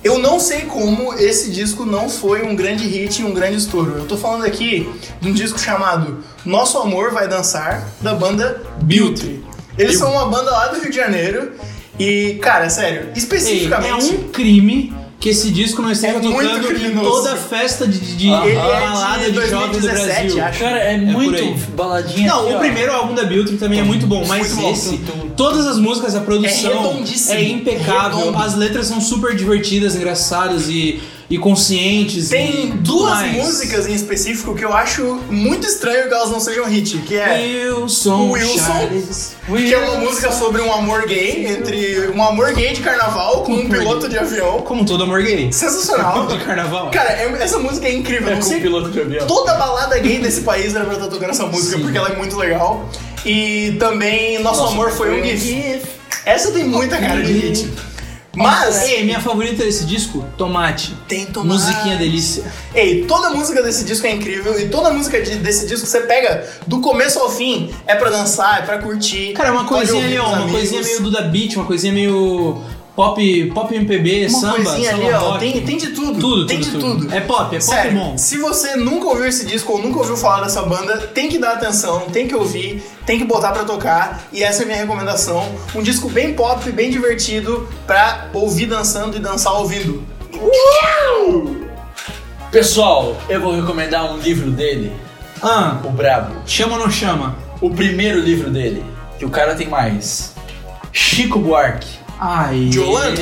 A: Eu não sei como esse disco não foi um grande hit e um grande estouro. Eu tô falando aqui de um disco chamado Nosso Amor Vai Dançar, da banda Biltre. Eles são uma banda lá do Rio de Janeiro e, cara, sério,
C: É
A: especificamente.
C: um crime que esse disco não esteja
A: É muito
C: tocando em
A: criminoso.
C: toda a festa de, de, de
A: Aham. Ele é de
C: balada de, jovens do
A: 2017,
C: Brasil.
A: acho.
D: Cara, é
C: por
D: muito
C: aí.
D: baladinha
C: Não,
D: aqui,
C: o
D: ó.
C: primeiro álbum da Biltry também é muito bom, mas
D: Muito bom.
C: esse, todas as músicas, a
A: É
C: produção
A: redondíssimo.
C: é, impecável,
A: Redondo.
C: as letras são super divertidas, engraçadas e, e conscientes. e
A: Tem
C: tudo
A: duas
C: mais.
A: músicas em específico que eu acho muito estranho que elas não sejam hit, que é
C: Wilson,
A: Wilson,
C: Charles,
A: que é uma música sobre um amor gay, entre um amor gay de carnaval com um piloto de avião.
C: como um todo amor gay.
A: Sensacional.
C: De carnaval.
A: Cara, é- essa música é incrível. eu
D: É
A: não
D: com
A: sei
D: o piloto de avião.
A: Toda balada gay desse país era pra estar tocando essa música, porque ela é muito legal. E também Nosso Amor Foi um GIF. Essa tem muita cara de hit. Mas
C: Ei, minha favorita desse disco, Tomate.
A: tem tomate.
C: Musiquinha delícia.
A: Ei, toda música desse disco é incrível e toda música de- desse disco que você pega do começo ao fim é pra dançar, é pra curtir.
C: Cara, uma
A: pode
C: coisinha
A: ouvir
C: ali, ó,
A: com os
C: uma
A: amigos.
C: coisinha meio Duda Beat, uma coisinha meio pop, pop MPB,
A: Uma
C: samba,
A: coisinha
C: samba
A: ali, ó,
C: rock.
A: tem, tem de tudo.
C: Tudo,
A: tem
C: tudo,
A: de
C: tudo.
A: tudo.
C: É pop, é pop
A: Sério,
C: bom.
A: Se você nunca ouviu esse disco ou nunca ouviu falar dessa banda, tem que dar atenção, tem que ouvir, tem que botar pra tocar. E essa é a minha recomendação. Um disco bem pop, bem divertido pra ouvir dançando e dançar ouvindo.
D: Pessoal, eu vou recomendar um livro dele,
C: Ah,
D: o Brabo.
C: chama ou não chama?
D: O primeiro livro dele, que o cara tem mais. Chico Buarque.
C: Ai.
A: Joana?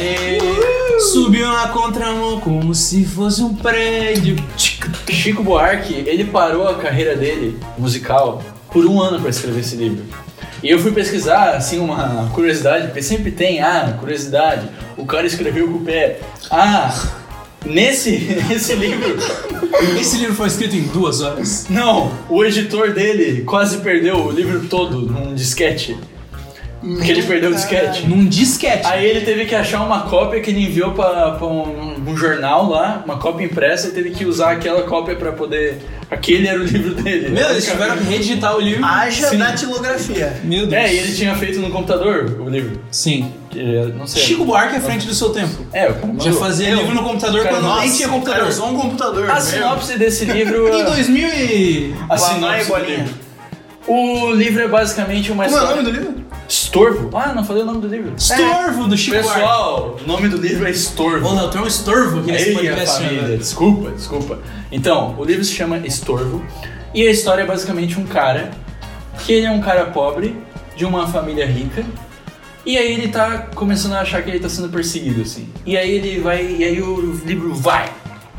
C: Subiu na contramão como se fosse um prédio.
D: Chico Buarque, ele parou a carreira dele, musical, por um ano pra escrever esse livro. E eu fui pesquisar, assim, uma curiosidade, porque sempre tem, ah, curiosidade, o cara escreveu com o pé. Ah, nesse, nesse livro,
C: Esse livro foi escrito em duas horas.
D: não, o editor dele quase perdeu o livro todo num disquete. Porque ele perdeu o disquete.
C: Num disquete.
D: Aí ele teve que achar uma cópia que ele enviou pra, pra um, um jornal lá, uma cópia impressa, e teve que usar aquela cópia pra poder. Aquele era o livro dele.
C: Meu, eles tiveram que redigitar o livro.
A: Haja
C: Sim.
A: datilografia.
C: Meu Deus.
D: É, e ele tinha feito no computador o livro.
C: Sim.
D: que, é, Não sei.
C: Chico Buarque é à frente do seu tempo.
D: É, o cara mandou.
C: Já fazia livro no computador
D: Cara,
C: quando nem
D: nossa,
C: tinha
A: Cara,
C: computador. Ah,
A: usou um computador.
D: A
A: meu.
D: sinopse desse livro.
C: Em 2000 e...
D: a
A: Lá vai,
D: sinopse do
A: bolinha.
D: livro. O livro é basicamente uma
A: Como é é o
D: história.
A: nome do livro?
D: Estorvo? Ah, não falei o nome do livro.
C: Estorvo do Chico Buarque.
D: Pessoal, o nome do livro é Estorvo.
C: Ô, Léo, tem um estorvo aqui nesse
D: Ei,
C: podcast.
D: família,
C: né?
D: desculpa, desculpa. Então, o livro se chama Estorvo e a história é basicamente um cara que ele é um cara pobre de uma família rica e aí ele tá começando a achar que ele tá sendo perseguido assim. E aí ele vai e aí o livro vai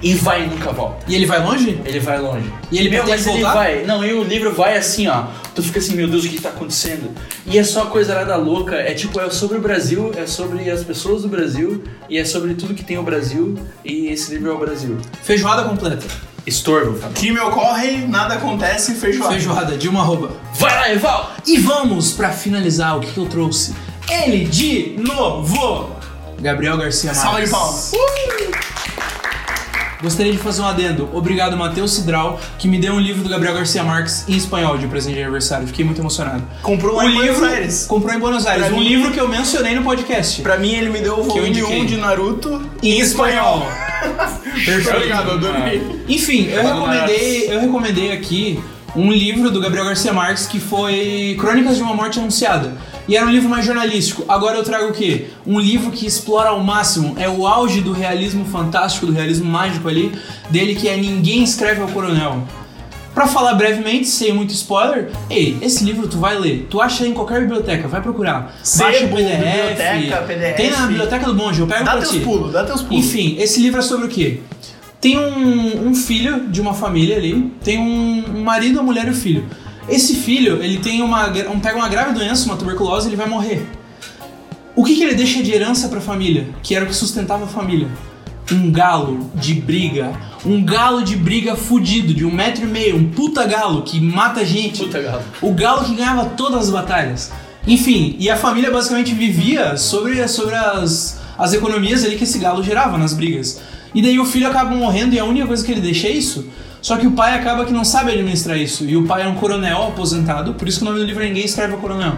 D: e vai e nunca volta.
C: E ele vai longe?
D: Ele vai longe.
C: E ele
D: Meu,
C: pretende
D: mas ele
C: voltar?
D: vai. Não, e o livro vai assim, ó. Tu fica assim, meu Deus, o que tá acontecendo? E é só coisa nada louca. É tipo, é sobre o Brasil, é sobre as pessoas do Brasil, e é sobre tudo que tem o Brasil, e esse livro é o Brasil.
C: Feijoada completa.
D: Estorvo, Fábio.
A: Crime ocorre, nada acontece, feijoada.
C: Feijoada de uma arroba.
D: Vai lá, Eval!
C: E vamos pra finalizar o que, que eu trouxe. Ele de novo! Gabriel Garcia Marques.
A: Salva de palmas.
C: Uh! Gostaria de fazer um adendo. Obrigado, Matheus Cidral, que me deu um livro do Gabriel Garcia Marques em espanhol de presente de aniversário. Fiquei muito emocionado.
A: Comprou lá
C: um
A: em Buenos
C: livro,
A: Aires.
C: Comprou em Buenos Aires.
A: Pra
C: um
A: mim-
C: livro que eu mencionei no podcast.
A: Pra mim, ele me deu o volume
C: indiquei.
A: 1 de Naruto
C: Em espanhol.
A: Perfeito. Obrigado, adorei.
D: Ah,
C: Enfim, eu recomendei, eu recomendei aqui um livro do Gabriel Garcia Marques que foi Crônicas de uma Morte Anunciada. E era um livro mais jornalístico. Agora eu trago o quê? Um livro que explora ao máximo, é o auge do realismo fantástico, do realismo mágico ali, dele que é Ninguém Escreve ao Coronel. Pra falar brevemente, sem muito spoiler, ei, esse livro tu vai ler, tu acha em qualquer biblioteca, vai procurar.
A: Sebo,
C: Baixa o PDF,
A: biblioteca, PDF.
C: tem na biblioteca do Bonde, eu pego
A: Dá
C: É pra
A: teus
C: ti.
A: pulos, dá teus pulos.
C: Enfim, esse livro é sobre o quê? Tem um, um filho de uma família ali, tem um, um marido, uma mulher e um filho. Esse filho, ele tem uma, gra- um, pega uma grave doença, uma tuberculose, ele vai morrer. O que, que ele deixa de herança para a família? Que era o que sustentava a família. Um galo de briga. Um galo de briga fudido, de um metro e meio. Um puta galo que mata gente.
D: Puta galo.
C: O galo que ganhava todas as batalhas. Enfim, e a família basicamente vivia sobre, sobre as, as economias ali que esse galo gerava nas brigas. E daí o filho acaba morrendo e a única coisa que ele deixa é isso. Só que o pai acaba que não sabe administrar isso. E o pai é um coronel aposentado, por isso que o nome do livro é Ninguém Escreve a Coronel.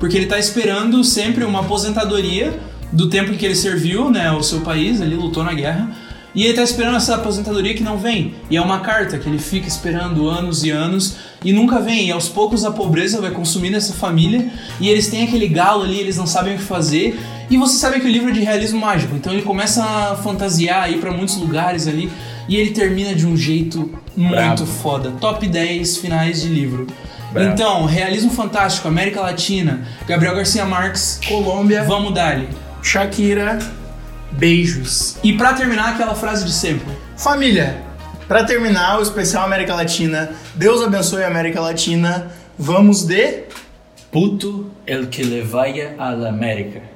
C: Porque ele tá esperando sempre uma aposentadoria do tempo em que ele serviu, né, o seu país, ele lutou na guerra. E ele tá esperando essa aposentadoria que não vem. E é uma carta que ele fica esperando anos e anos e nunca vem. E aos poucos a pobreza vai consumindo essa família. E eles têm aquele galo ali, eles não sabem o que fazer. E você sabe que o livro é de realismo mágico, então ele começa a fantasiar aí para muitos lugares ali. E ele termina de um jeito muito
D: Brabo.
C: foda. Top 10 finais de livro.
D: Brabo.
C: Então, realismo fantástico, América Latina, Gabriel Garcia Marques, Colômbia, vamos dali.
L: Shakira, beijos.
C: E pra terminar, aquela frase de sempre.
L: Família, pra terminar o especial América Latina, Deus abençoe a América Latina. Vamos de
B: Puto el que le vaya a la América.